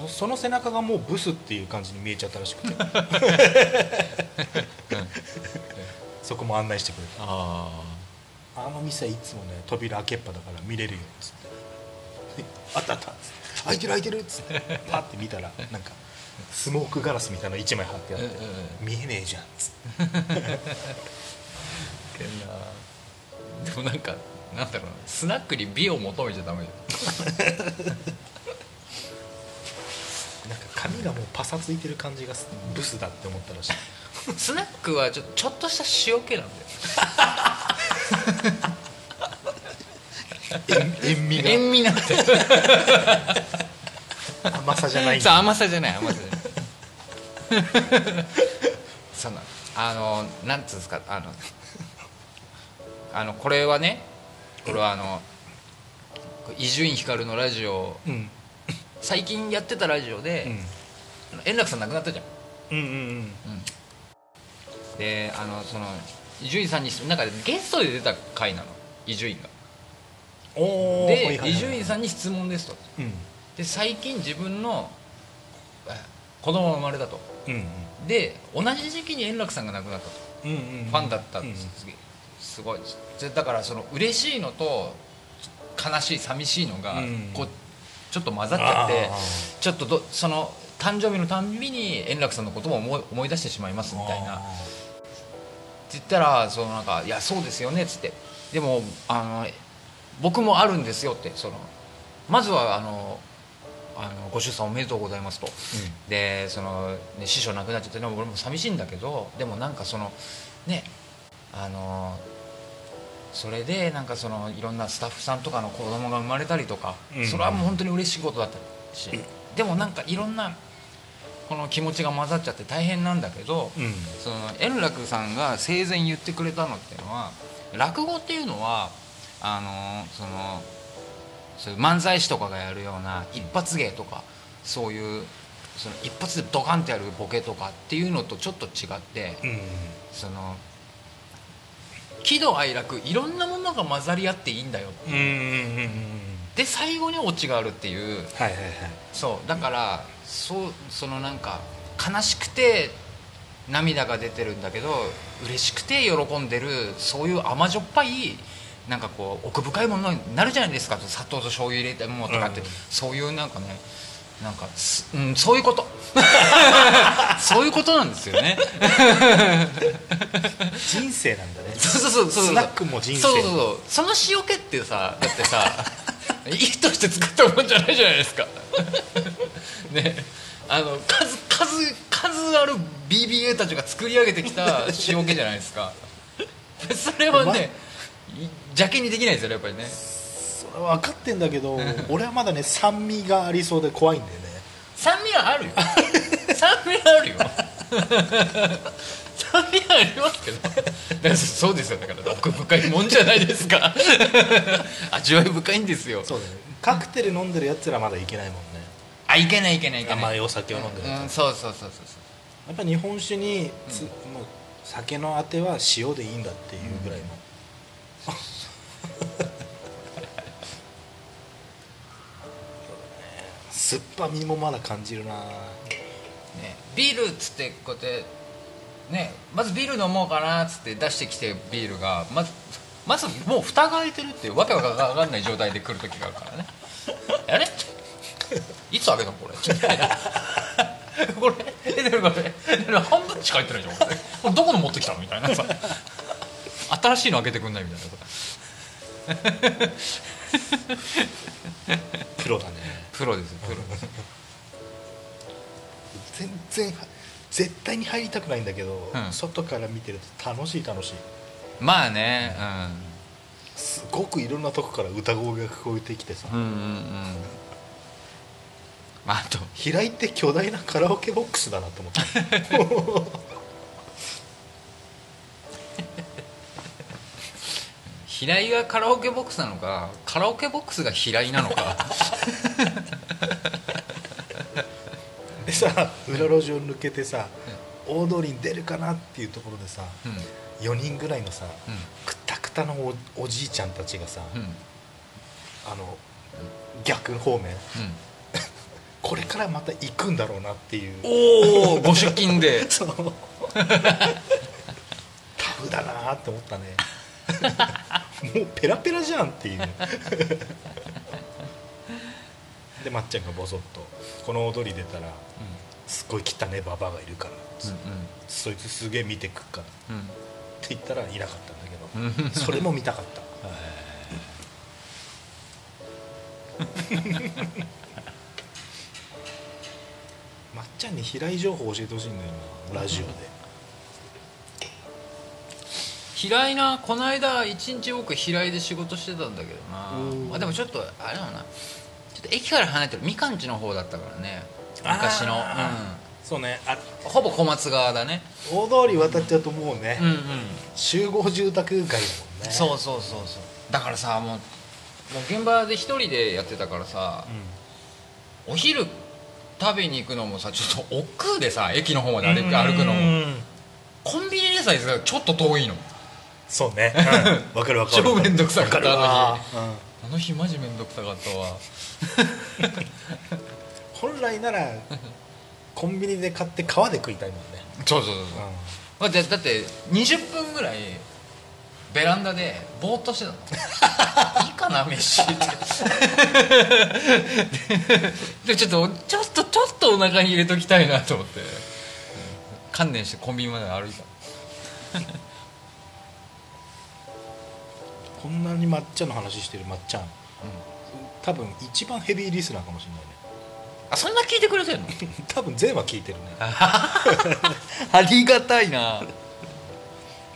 [SPEAKER 1] うん
[SPEAKER 2] その背中がもうブスっていう感じに見えちゃったらし くてそこも案内してくれた
[SPEAKER 1] あ
[SPEAKER 2] あの店いつもね扉開けっぱだから見れるよっつって「あったあった」っつって「開いてる開いてる」っつってパッて見たらなんかスモークガラスみたいなの1枚貼ってあって
[SPEAKER 1] うんうん
[SPEAKER 2] 「見えねえじゃん」っつって
[SPEAKER 1] あでもなんかなんだろうなスナックに美を求めちゃダメじ
[SPEAKER 2] なんか髪がもうパサついてる感じがブスだって思ったら しい
[SPEAKER 1] ゃんスナックはちょちょっとした塩気なんだよ
[SPEAKER 2] 塩塩味
[SPEAKER 1] 塩味なんだよ
[SPEAKER 2] が甘さじゃないん
[SPEAKER 1] そう
[SPEAKER 2] だ
[SPEAKER 1] 甘さじゃない甘さじゃない そのあのなんつうんですかあのあのこれはねこれはあの伊集院光のラジオ
[SPEAKER 2] うん
[SPEAKER 1] 最近やってたラジオで、円楽さん亡くなったじゃん
[SPEAKER 2] うんうんうん
[SPEAKER 1] であのその伊集院さんになんかゲストで出た回なの伊集院が
[SPEAKER 2] おお
[SPEAKER 1] で伊集院さ
[SPEAKER 2] ん
[SPEAKER 1] んに質問ですと
[SPEAKER 2] うん
[SPEAKER 1] で最近自分のえ子供が生まれたと
[SPEAKER 2] うん
[SPEAKER 1] で同じ時期に円楽さんが亡くなったと
[SPEAKER 2] うんうん
[SPEAKER 1] ファンだったんです、
[SPEAKER 2] う
[SPEAKER 1] すげえすごいですでだからその嬉しいのと悲しい寂しいのが、
[SPEAKER 2] うん
[SPEAKER 1] こうちょっと混ざっちゃって
[SPEAKER 2] あ
[SPEAKER 1] ちょっとどその誕生日のたんびに円楽さんのことも思い思い出してしまいますみたいな
[SPEAKER 2] あ
[SPEAKER 1] って言ったらそのなんか「いやそうですよね」っつって「でもあの僕もあるんですよ」ってそのまずはあのあのご出産おめでとうございますと、でその、ね、師匠亡くなっちゃってでも俺も寂しいんだけどでもなんかそのねあのそれでなんかそのいろんなスタッフさんとかの子供が生まれたりとか、
[SPEAKER 2] うん
[SPEAKER 1] それはもう本当に嬉しいことだったし、でもなんかいろんなこの気持ちが混ざっちゃって大変なんだけど、
[SPEAKER 2] うん
[SPEAKER 1] その円楽さんが生前言ってくれたのっていうのは落語っていうのはあのそのそういう漫才師とかがやるような一発芸とかそういうその一発でドカンってやるボケとかっていうのとちょっと違って
[SPEAKER 2] うん
[SPEAKER 1] その喜怒哀楽いろんなものが混ざり合っていいんだよ
[SPEAKER 2] うんうんうんうん
[SPEAKER 1] で最後にオチがあるっていう
[SPEAKER 2] はいはいはい
[SPEAKER 1] そうだからそうそのなんか悲しくて涙が出てるんだけど嬉しくて喜んでるそういう甘じょっぱいなんかこう奥深いものになるじゃないですか砂糖と醤油入れたものとかって、
[SPEAKER 2] うん
[SPEAKER 1] そういうなんかねなんかす、うん、そういうこと そういうことなんですよね
[SPEAKER 2] 人生なんだね
[SPEAKER 1] そうそうそうそう
[SPEAKER 2] スナックも人生
[SPEAKER 1] そうそうそうその塩気ってさだって さいい人して作ったもんじゃないじゃないですか ねあの数数数ある BBA たちが作り上げてきた塩気じゃないですかそれは
[SPEAKER 2] うまい
[SPEAKER 1] ねい邪気にできないですよねやっぱりね
[SPEAKER 2] それは分かってんだけど俺はまだね酸味がありそうで怖いんだよね
[SPEAKER 1] 酸味はあるよ 酸味はあるよ 酸味はありますけどだからそうですよだから奥深いもんじゃないです か味わい深いんですよ
[SPEAKER 2] そうだねカクテル飲んでるやつらまだいけないもんね
[SPEAKER 1] あいけないいけないいけない
[SPEAKER 2] 甘いお酒を飲んでるやつ
[SPEAKER 1] うん、そうそうそうそうそ
[SPEAKER 2] やっぱ日本酒につ、もう酒のあては塩でいいんだっていうぐらいの、酸っぱみもまだ感じるな
[SPEAKER 1] う、ね、ビールっつってこうやってねまずビール飲もうかなっつって出してきてビールがまずまずもう蓋が開いてるっていうわけわかんない状態で来る時があるからねあれいつ開けたのこれ これえでもこれでも半分しか入ってないじゃんこれこれどこの持ってきたのみたいなさ新しいの開けてくんないみたいな
[SPEAKER 2] プロだね
[SPEAKER 1] プロですよプロ
[SPEAKER 2] 全然絶対に入りたくないんだけど、
[SPEAKER 1] うん
[SPEAKER 2] 外から見てると楽しい楽しい
[SPEAKER 1] まあね
[SPEAKER 2] すごくいろんなとこから歌声が聞こえてきてさ、
[SPEAKER 1] うんうんうんうんまああと
[SPEAKER 2] 開いて巨大なカラオケボックスだなと思って
[SPEAKER 1] 平井がカラオケボックスなのかカラオケボックスが平井なのか
[SPEAKER 2] でさ裏路地を抜けてさ、大通りに出るかなっていうところでさ、
[SPEAKER 1] うん
[SPEAKER 2] 4人ぐらいのさ、
[SPEAKER 1] うん
[SPEAKER 2] くたくたのおおじいちゃんたちがさ、
[SPEAKER 1] うんうん
[SPEAKER 2] あの逆方面これからまた行くんだろうなっていう
[SPEAKER 1] おおご出勤 で
[SPEAKER 2] そう タフだなって思っ たねもうペラペラじゃんっていうでまっちゃんがボソッと「この踊り出たらすっごい汚ねババアがいるから」
[SPEAKER 1] うん
[SPEAKER 2] そいつすげえ見てくっから」
[SPEAKER 1] うんうん
[SPEAKER 2] って言ったらいなかったんだけど
[SPEAKER 1] うん
[SPEAKER 2] それも見たかったまっちゃんに平井情報教えてほしいんだよなラジオで
[SPEAKER 1] 平井なこの間一日僕平井で仕事してたんだけどな
[SPEAKER 2] うん
[SPEAKER 1] まあでもちょっとあれだなちょっと駅から離れてるみかんちの方だったからね
[SPEAKER 2] あー
[SPEAKER 1] 昔の、
[SPEAKER 2] そうねあ
[SPEAKER 1] うん、ほぼ小松川だね
[SPEAKER 2] 大通り渡っちゃうともうね、
[SPEAKER 1] うんうん
[SPEAKER 2] 集合住宅街だもんね
[SPEAKER 1] そうそうそうそうだからさもうもう現場で一人でやってたからさ
[SPEAKER 2] う、ん、
[SPEAKER 1] お昼食べに行くのもさちょっと億劫でさ駅の方まで歩
[SPEAKER 2] う
[SPEAKER 1] く
[SPEAKER 2] ん
[SPEAKER 1] 歩くのもコンビニでさえさちょっと遠いの
[SPEAKER 2] そうねわ、かるわかる
[SPEAKER 1] 超めんどくさか
[SPEAKER 2] わか
[SPEAKER 1] っ
[SPEAKER 2] る
[SPEAKER 1] たあの
[SPEAKER 2] わ
[SPEAKER 1] 日あの日マジめんどくさかった わ
[SPEAKER 2] うん本来ならコンビニで買って川で食いたいもんね、
[SPEAKER 1] そうそうそう
[SPEAKER 2] う
[SPEAKER 1] そ
[SPEAKER 2] ん
[SPEAKER 1] う、だってだって20分ぐらいベランダでぼーっとしてた のいいかな飯ってでちょっとちょっとちょっとお腹に入れときたいなと思って観念してコンビニまで歩いた
[SPEAKER 2] こんなに抹茶の話してる抹茶多分一番ヘビーリスナーかもしれないね
[SPEAKER 1] あそんな聞いてくれてるの
[SPEAKER 2] 多分全話聞いてるね
[SPEAKER 1] ありがたいな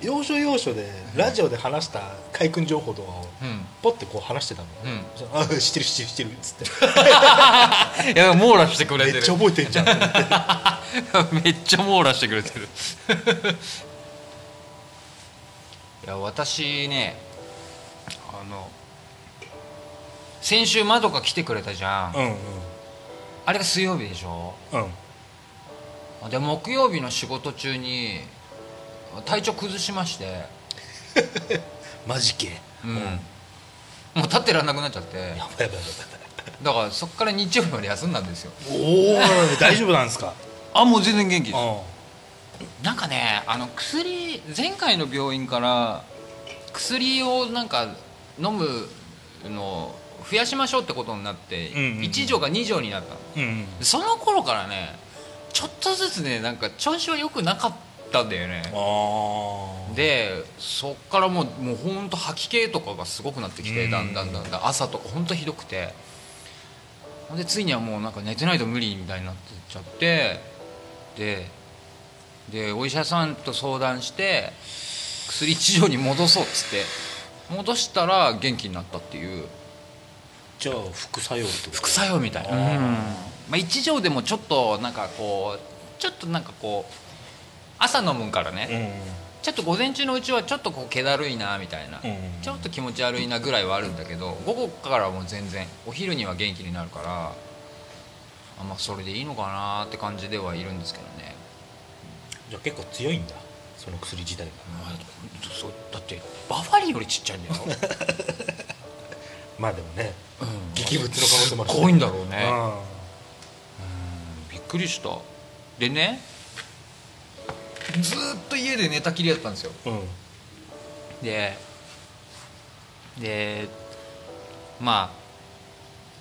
[SPEAKER 2] 要所要所でラジオで話した海君情報とかを
[SPEAKER 1] うん
[SPEAKER 2] ポッてこう話してたの、
[SPEAKER 1] うん
[SPEAKER 2] そのあ知ってる知ってる知ってるっつ っ
[SPEAKER 1] いや網羅してくれて
[SPEAKER 2] て
[SPEAKER 1] る
[SPEAKER 2] めっちゃ覚えてんじゃ ん
[SPEAKER 1] めっちゃ網羅してくれてる いや私ねあの先週まどか来てくれたじゃん、
[SPEAKER 2] うん
[SPEAKER 1] あれが水曜日でしょ
[SPEAKER 2] うんうん
[SPEAKER 1] で木曜日の仕事中に体調崩しまして、
[SPEAKER 2] マジけ
[SPEAKER 1] うんもう立ってらんなくなっちゃって
[SPEAKER 2] やばいやばいや
[SPEAKER 1] だからそっから日曜日まで休んだんですよ
[SPEAKER 2] ばいおお大丈夫なん ですか
[SPEAKER 1] あもう全然元気
[SPEAKER 2] うんは
[SPEAKER 1] なんかねあの薬前回の病院から薬をなんか飲むのを増やしましょうってことになって、
[SPEAKER 2] うんうんうん
[SPEAKER 1] 1錠が2錠になったの
[SPEAKER 2] いうん
[SPEAKER 1] その頃からねちょっとずつねなんか調子は良くなかったんだよね
[SPEAKER 2] あ
[SPEAKER 1] でそっからもうもうほんと吐き気とかがすごくなってきて
[SPEAKER 2] うん
[SPEAKER 1] だんだんだんだん朝とかほんとひどくてほんでついにはもうなんか寝てないと無理みたいになってっちゃってででお医者さんと相談して薬一錠に戻そうっつって戻したら元気になったっていう
[SPEAKER 2] じゃあ副作用ってこと
[SPEAKER 1] 副作用みたいな、
[SPEAKER 2] うん
[SPEAKER 1] まあ、一錠でもちょっとなんかこうちょっとなんかこう朝飲むからね、
[SPEAKER 2] う
[SPEAKER 1] ちょっと午前中のうちはちょっとこう気だるいなみたいな、
[SPEAKER 2] うんうんうん
[SPEAKER 1] ちょっと気持ち悪いなぐらいはあるんだけど午後からはもう全然お昼には元気になるからあまあそれでいいのかなって感じではいるんですけどね、
[SPEAKER 2] じゃあ結構強いんだその薬自体が
[SPEAKER 1] まあそうだってバファリンよりちっちゃいんだよ、
[SPEAKER 2] まあでもね
[SPEAKER 1] うん
[SPEAKER 2] 劇物の可能性もあるし
[SPEAKER 1] すごいんだろうね、
[SPEAKER 2] あ
[SPEAKER 1] びっくりしたでねずーっと家で寝たきりだったんですよ
[SPEAKER 2] ーうん
[SPEAKER 1] ででま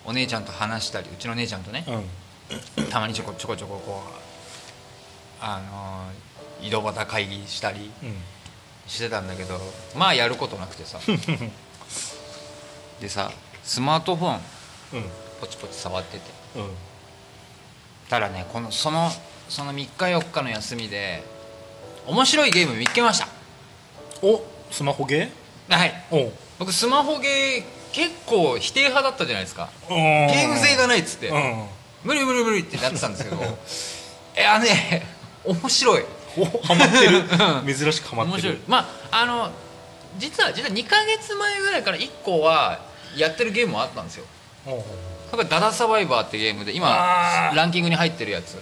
[SPEAKER 1] あお姉ちゃんと話したりうちの姉ちゃんとね
[SPEAKER 2] うん
[SPEAKER 1] たまにちょこちょこちょここうあのー井戸端会議したりしてたんだけどまあやることなくてさでさスマートフォン
[SPEAKER 2] うん
[SPEAKER 1] ポチポチ触ってて
[SPEAKER 2] うんうん
[SPEAKER 1] たらねこのそのその3日4日の休みで面白いゲーム見つけまし
[SPEAKER 2] おスマホゲ
[SPEAKER 1] たはい
[SPEAKER 2] ーお
[SPEAKER 1] 僕スマホゲー結構否定派だったじゃないですか
[SPEAKER 2] ゲ
[SPEAKER 1] ゲーム性が
[SPEAKER 2] い
[SPEAKER 1] ないっつって
[SPEAKER 2] うん
[SPEAKER 1] 無理無理無理ってなってたんですけど いやね面白い
[SPEAKER 2] おハマ ってる珍しくハマ
[SPEAKER 1] 面
[SPEAKER 2] って
[SPEAKER 1] 白
[SPEAKER 2] る
[SPEAKER 1] いまああの実は実は2か月前ぐらいから1個はやってるゲームはあったんですよ
[SPEAKER 2] 面白い
[SPEAKER 1] これダダサバイバーってゲームで今
[SPEAKER 2] あー
[SPEAKER 1] ランキングに入ってるやつ、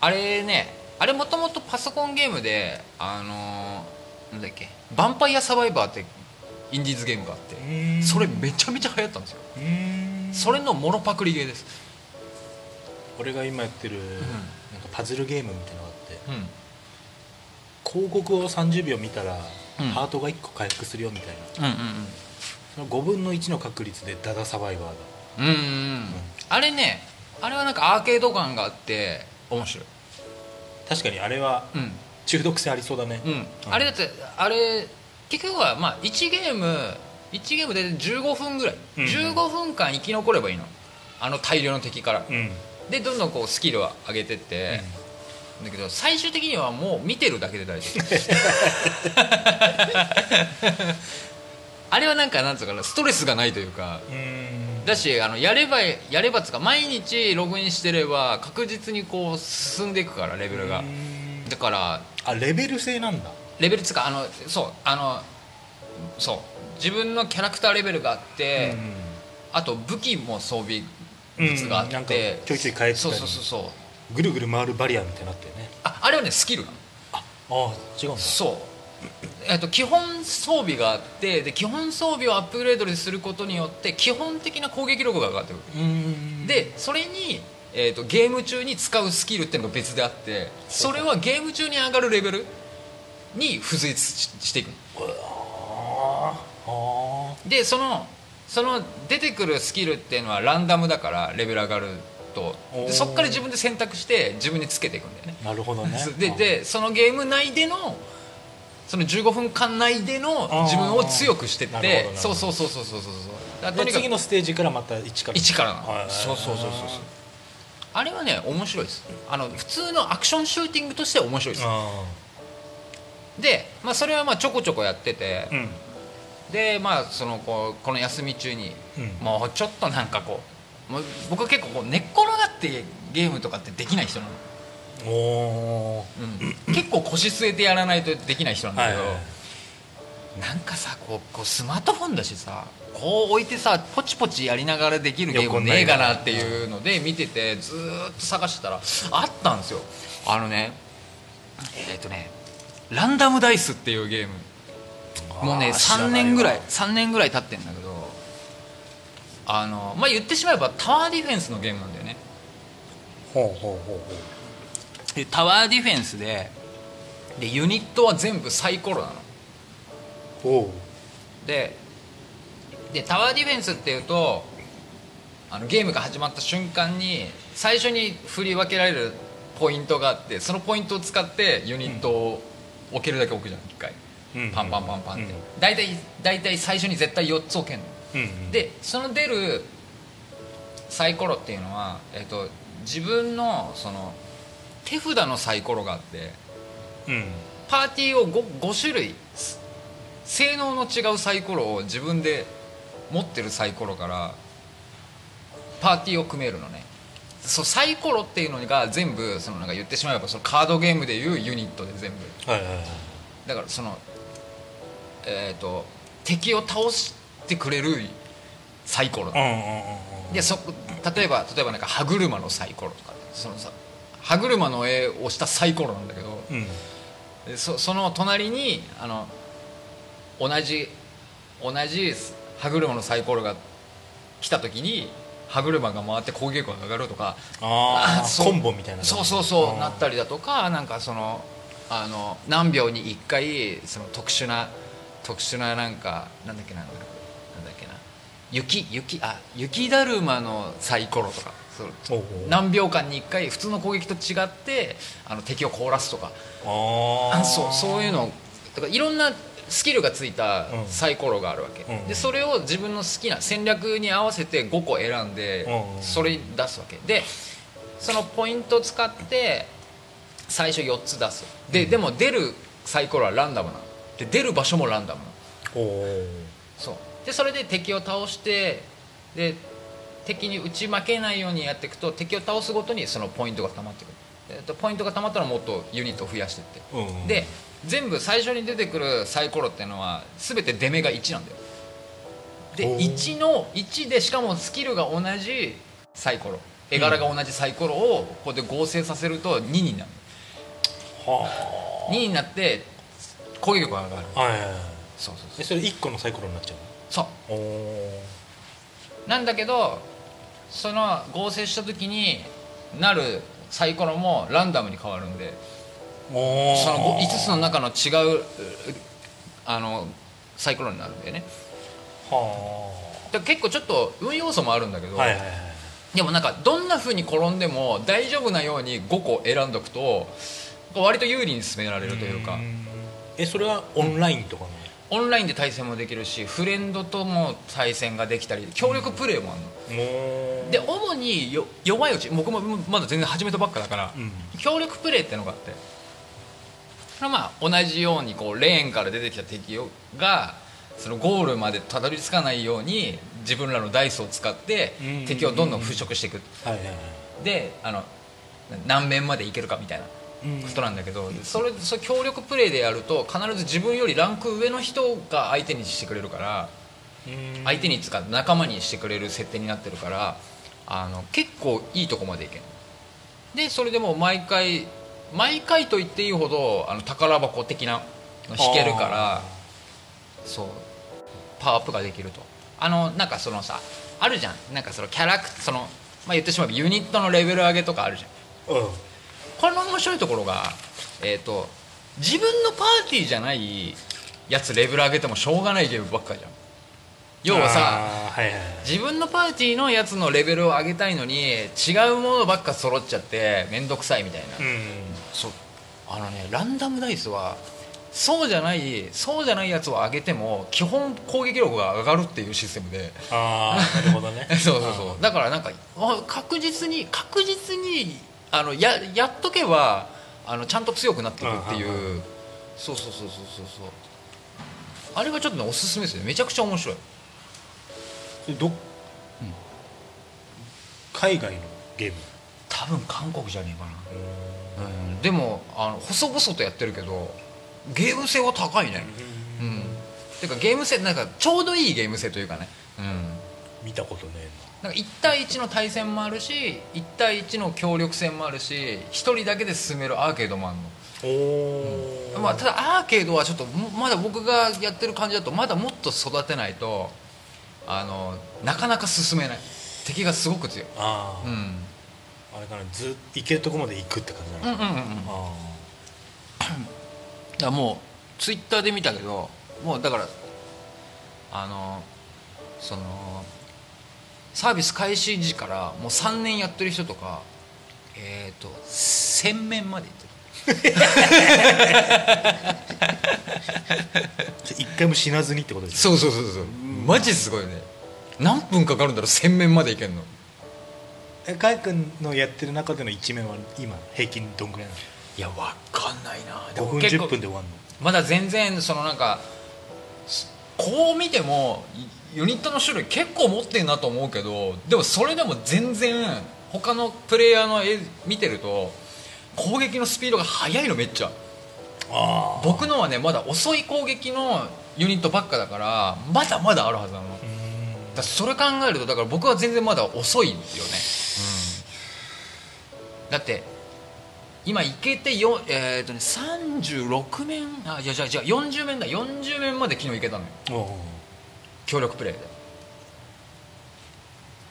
[SPEAKER 1] あれねあれもともとパソコンゲームであのーなんだっけ「ヴァンパイアサバイバー」ってインディーズゲームがあって
[SPEAKER 2] ん
[SPEAKER 1] それめちゃめちゃ流行ったんですよ
[SPEAKER 2] うん
[SPEAKER 1] それのモロパクリゲーです、
[SPEAKER 2] 俺が今やってるなんかパズルゲームみたいなのがあって
[SPEAKER 1] うん、
[SPEAKER 2] 広告を30秒見たら
[SPEAKER 1] うん
[SPEAKER 2] ハートが1個回復するよみたいな
[SPEAKER 1] うんうん
[SPEAKER 2] その5分の1の確率でダダサバイバー
[SPEAKER 1] う
[SPEAKER 2] だ
[SPEAKER 1] んうんうんうんあれねあれはなんかアーケード感があって面白い
[SPEAKER 2] 確かにあれは
[SPEAKER 1] うん
[SPEAKER 2] 中毒性ありそうだね
[SPEAKER 1] うん、あれだってあれ結局はまあ1ゲーム1ゲームで15分ぐらい、
[SPEAKER 2] うん
[SPEAKER 1] 15分間生き残ればいいのあの大量の敵から、
[SPEAKER 2] うん
[SPEAKER 1] でどんどんこうスキルを上げてって、だけど最終的にはもう見てるだけで大丈夫 あれはなんかなんつうかなストレスがないというか
[SPEAKER 2] うん
[SPEAKER 1] だしあのやればやればっつうか毎日ログインしてれば確実にこう進んでいくからレベルが
[SPEAKER 2] うん
[SPEAKER 1] だから
[SPEAKER 2] あレベル制なんだ
[SPEAKER 1] レベルっつうかあのそうあのそう自分のキャラクターレベルがあって、あと武器も装備物があって、
[SPEAKER 2] うんなんかちょいちょい変えてたり
[SPEAKER 1] そうそうそうそう
[SPEAKER 2] ぐるぐる回るバリアみたいになってるね
[SPEAKER 1] ああれはねスキルなの
[SPEAKER 2] ああ違うんだ
[SPEAKER 1] そう、えっと、基本装備があってで基本装備をアップグレードすることによって基本的な攻撃力が上がってくる、
[SPEAKER 2] うん
[SPEAKER 1] でそれに、えっと、ゲーム中に使うスキルっていうのが別であってそれはゲーム中に上がるレベルに付随ししていくの
[SPEAKER 2] あーあ
[SPEAKER 1] でそのその出てくるスキルっていうのはランダムだからレベル上がると
[SPEAKER 2] おー
[SPEAKER 1] でそこから自分で選択して自分につけていくんだよね
[SPEAKER 2] ーなるほどね
[SPEAKER 1] ででそのゲーム内でのその15分間内での自分を強くしてっ
[SPEAKER 2] あーなる
[SPEAKER 1] て
[SPEAKER 2] ほど
[SPEAKER 1] そうそうそうそうそうそうだからと
[SPEAKER 2] で
[SPEAKER 1] にかく
[SPEAKER 2] 次のステージからまた一から
[SPEAKER 1] 一からな
[SPEAKER 2] はいはいは
[SPEAKER 1] の
[SPEAKER 2] い
[SPEAKER 1] そうそうそうそうそうあれはね面白いですあの普通のアクションシューティングとして面白いです
[SPEAKER 2] あ
[SPEAKER 1] で、まあ、それはまあちょこちょこやってて
[SPEAKER 2] ーうん
[SPEAKER 1] でまあそのこうこの休み中に、
[SPEAKER 2] うん
[SPEAKER 1] もうちょっとなんかこうもう僕は結構こう寝っ転がってゲームとかってできない人なの、
[SPEAKER 2] おー
[SPEAKER 1] うん、結構腰据えてやらないとできない人なんだ
[SPEAKER 2] は
[SPEAKER 1] け
[SPEAKER 2] い
[SPEAKER 1] ど、
[SPEAKER 2] はいはい
[SPEAKER 1] なんかさこうこうスマートフォンだしさこう置いてさポチポチやりながらできるゲームねえかなっていうので見ててずーっと探してたらあったんですよあのねえっ、とね「ランダムダイス」っていうゲームもうね
[SPEAKER 2] あー知らな
[SPEAKER 1] 3
[SPEAKER 2] いわ
[SPEAKER 1] 年ぐらい3年ぐらい経ってんだけどあのまあ言ってしまえばタワーディフェンスのゲームなんだよね
[SPEAKER 2] ほうほうほうほ
[SPEAKER 1] でタワーディフェンスででユニットは全部サイコロなの
[SPEAKER 2] うおう
[SPEAKER 1] ででタワーディフェンスっていうとあのゲームが始まった瞬間に最初に振り分けられるポイントがあってそのポイントを使ってユニットを置けるだけ置くじゃん1回、
[SPEAKER 2] うん
[SPEAKER 1] パンパンパンパンって、
[SPEAKER 2] う
[SPEAKER 1] 大体大体最初に絶対4つ置けんの
[SPEAKER 2] うん
[SPEAKER 1] でその出るサイコロっていうのは、えっと自分のその手札のサイコロがあって
[SPEAKER 2] うん
[SPEAKER 1] パーティーを 5, 5種類す性能の違うサイコロを自分で持ってるサイコロからパーティーを組めるのねそうサイコロっていうのが全部そのなんか言ってしまえばそのカードゲームでいうユニットで全部
[SPEAKER 2] はいはいはい
[SPEAKER 1] だからそのえっ、と敵を倒してくれるサイコロ
[SPEAKER 2] うんうんうんうん
[SPEAKER 1] でそ例えば例えばなんか歯車のサイコロとかそのさ歯車の絵をしたサイコロなんだけど
[SPEAKER 2] うん
[SPEAKER 1] でそその隣にあの同じ同じ歯車のサイコロが来た時に歯車が回って攻撃力が上がるとか
[SPEAKER 2] あ
[SPEAKER 1] あ
[SPEAKER 2] あ
[SPEAKER 1] そう
[SPEAKER 2] コンボみたいな
[SPEAKER 1] そうそうそうなった
[SPEAKER 2] り
[SPEAKER 1] りだとかなんかそのあの何秒に1回その特殊な特殊ななんかなんだっけななんだっけな雪雪あ雪だるまのサイコロとかそう
[SPEAKER 2] おうおう
[SPEAKER 1] 何秒間に1回普通の攻撃と違ってあの敵を凍らすとか
[SPEAKER 2] あ
[SPEAKER 1] あ
[SPEAKER 2] あ
[SPEAKER 1] そうそういうのだからいろんなスキルがついた
[SPEAKER 2] うん
[SPEAKER 1] サイコロがあるわけ、
[SPEAKER 2] うんうん
[SPEAKER 1] でそれを自分の好きな戦略に合わせて5個選んで
[SPEAKER 2] うんうん
[SPEAKER 1] それに出すわけでそのポイントを使って最初4つ出すででも出るサイコロはランダムなので出る場所もランダムなの
[SPEAKER 2] おお
[SPEAKER 1] そうでそれで敵を倒してで敵に打ち負けないようにやっていくと敵を倒すごとにそのポイントが溜まってくる、えっと、ポイントが溜まったらもっとユニットを増やしていって、
[SPEAKER 2] うんうん
[SPEAKER 1] で全部最初に出てくるサイコロっていうのは全て出目が1なんだよ
[SPEAKER 2] ほ
[SPEAKER 1] で
[SPEAKER 2] う
[SPEAKER 1] 1の1でしかもスキルが同じサイコロ絵柄が同じサイコロをここで合成させると2になる
[SPEAKER 2] は
[SPEAKER 1] 2になって攻撃力が上がる
[SPEAKER 2] あはいはいはい
[SPEAKER 1] そうそうそ
[SPEAKER 2] え
[SPEAKER 1] う
[SPEAKER 2] それ一個のサイコロになっちゃ
[SPEAKER 1] そう
[SPEAKER 2] うのお
[SPEAKER 1] なんだけどその合成した時になるサイコロもランダムに変わるんで
[SPEAKER 2] お
[SPEAKER 1] その5つの中の違ううあのサイコロになるんだよね
[SPEAKER 2] は
[SPEAKER 1] だから結構ちょっと運要素もあるんだけど、
[SPEAKER 2] あはいはいはい
[SPEAKER 1] でもなんかどんな風に転んでも大丈夫なように5個選んどくと割と有利に進められるというか
[SPEAKER 2] んえそれはオンラインとかね
[SPEAKER 1] オンラインで対戦もできるしフレンドとも対戦ができたり協力プレーもあるの、
[SPEAKER 2] もう
[SPEAKER 1] で主によ弱いうち僕もまだ全然始めたばっかだから、
[SPEAKER 2] うん
[SPEAKER 1] 協力プレーってのがあってそれはまあ同じようにこうレーンから出てきた敵をがそのゴールまでたどり着かないように自分らのダイスを使って
[SPEAKER 2] うん
[SPEAKER 1] 敵をどんどん払拭していく、
[SPEAKER 2] はいはいはい
[SPEAKER 1] であの何面までいけるかみたいな
[SPEAKER 2] うん
[SPEAKER 1] ことなんだけど、それそれ協力プレーでやると必ず自分よりランク上の人が相手にしてくれるから。
[SPEAKER 2] うん
[SPEAKER 1] 相手に使う仲間にしてくれる設定になってるからあの結構いいとこまでいけるでそれでもう毎回毎回と言っていいほどあの宝箱的なの引けるから
[SPEAKER 2] あ
[SPEAKER 1] そうパワーアップができるとあのなんかそのさあるじゃんなんかそのキャラクその、まあ、言ってしまえばユニットのレベル上げとかあるじゃん
[SPEAKER 2] ーうん
[SPEAKER 1] これの面白いところが、えー、と自分のパーティーじゃないやつレベル上げてもしょうがないゲームばっかじゃん要はさ
[SPEAKER 2] あーはいはいはい
[SPEAKER 1] 自分のパーティーのやつのレベルを上げたいのに違うものばっか揃っちゃって面倒くさいみたいな、
[SPEAKER 2] うん
[SPEAKER 1] そうあのねランダムダイスはそうじゃないそうじゃないやつを上げても基本攻撃力が上がるっていうシステム で
[SPEAKER 2] ああなるほ どね
[SPEAKER 1] そうそうそうだからなんかあ確実に確実にあのややっとけばあのちゃんと強くなっていくっていう
[SPEAKER 2] うんう
[SPEAKER 1] そうそうそうそうそうそうあれはちょっとねおすすめですよめちゃくちゃ面白い
[SPEAKER 2] うんど海外のゲーム
[SPEAKER 1] 多分韓国じゃねえかなうんでもあの細々とやってるけどゲーム性は高いねうん、てかゲーム性なんかちょうどいいゲーム性というかねうん
[SPEAKER 2] 見たことねえ
[SPEAKER 1] なんか1対1の対戦もあるし1対1の協力戦もあるし1人だけで進めるアーケードもある
[SPEAKER 2] なお
[SPEAKER 1] の、
[SPEAKER 2] お
[SPEAKER 1] まあ、ただアーケードはちょっともまだ僕がやってる感じだとまだもっと育てないとあのなかなか進めない敵がすごく強い、
[SPEAKER 2] あ
[SPEAKER 1] う
[SPEAKER 2] ー
[SPEAKER 1] ん、
[SPEAKER 2] あれかなずっと行けるとこまで行くって感じ
[SPEAKER 1] う
[SPEAKER 2] なの
[SPEAKER 1] んうんうんうん
[SPEAKER 2] あ
[SPEAKER 1] だからもうツイッターで見たけどもうだからあのそのサービス開始時からもう3年やってる人とかえっ、と1000面までいってる
[SPEAKER 2] ーじゃあ一回も死なずにってことですね
[SPEAKER 1] そうそうそうそうマジすごいね何分かかるんだろう1000面までいけんの
[SPEAKER 2] えかいくんのやってる中での一面は今平均どんぐらいない
[SPEAKER 1] やわかんないなで
[SPEAKER 2] の
[SPEAKER 1] も
[SPEAKER 2] 5分
[SPEAKER 1] 結構
[SPEAKER 2] 10分で終わんの
[SPEAKER 1] まだ全然そのなんかすこう見てもいユニットの種類結構持ってるなと思うけどでもそれでも全然他のプレイヤーの絵見てると攻撃のスピードが速いのめっちゃ
[SPEAKER 2] あ
[SPEAKER 1] 僕のはねまだ遅い攻撃のユニットばっかだからまだまだあるはずなのだか
[SPEAKER 2] うん
[SPEAKER 1] らそれ考えるとだから僕は全然まだ遅いよね、うん、だって今いけてよ、えーとね、36面あいやじゃあじゃあ40面だ40面まで昨日いけたのよ
[SPEAKER 2] おう
[SPEAKER 1] 協力プレイで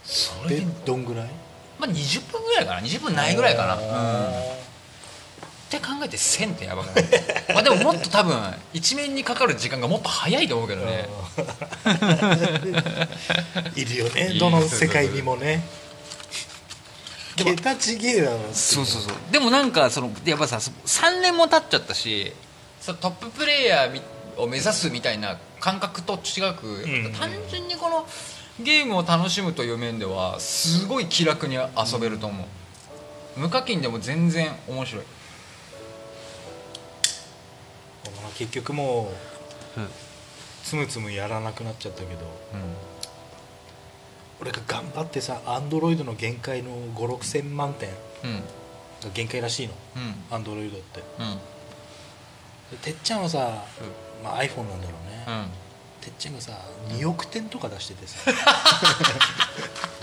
[SPEAKER 1] そ
[SPEAKER 2] おう
[SPEAKER 1] れ
[SPEAKER 2] で
[SPEAKER 1] で、
[SPEAKER 2] どんぐらい
[SPEAKER 1] まあ、20分ぐらいかな20分ないぐらいかなうんっ
[SPEAKER 2] あ
[SPEAKER 1] て考えて1000ってやばくない まあでももっと多分一面にかかる時間がもっと早いと思うけど
[SPEAKER 2] ー
[SPEAKER 1] ね
[SPEAKER 2] いるよね
[SPEAKER 1] いい
[SPEAKER 2] どの世界にもね
[SPEAKER 1] でも
[SPEAKER 2] 桁違えだろ
[SPEAKER 1] そうそうそうでもなんかそのやっぱさそ3年も経っちゃったしそのトッププレイヤーみを目指すみたいな感覚と違く、
[SPEAKER 2] んうん
[SPEAKER 1] 単純にこのゲームを楽しむという面ではすごい気楽に遊べると思う、無課金でも全然面白い
[SPEAKER 2] まあ結局もう、
[SPEAKER 1] うん
[SPEAKER 2] つむつむやらなくなっちゃったけど
[SPEAKER 1] うん
[SPEAKER 2] 俺が頑張ってさアンドロイドの限界の56000万点
[SPEAKER 1] うん
[SPEAKER 2] が限界らしいの
[SPEAKER 1] うん
[SPEAKER 2] アンドロイドって
[SPEAKER 1] うん
[SPEAKER 2] でてっちゃんはさ、まあ、iPhone なんだろうね、
[SPEAKER 1] うん
[SPEAKER 2] てっちゃんがさ2億点とか出してて さ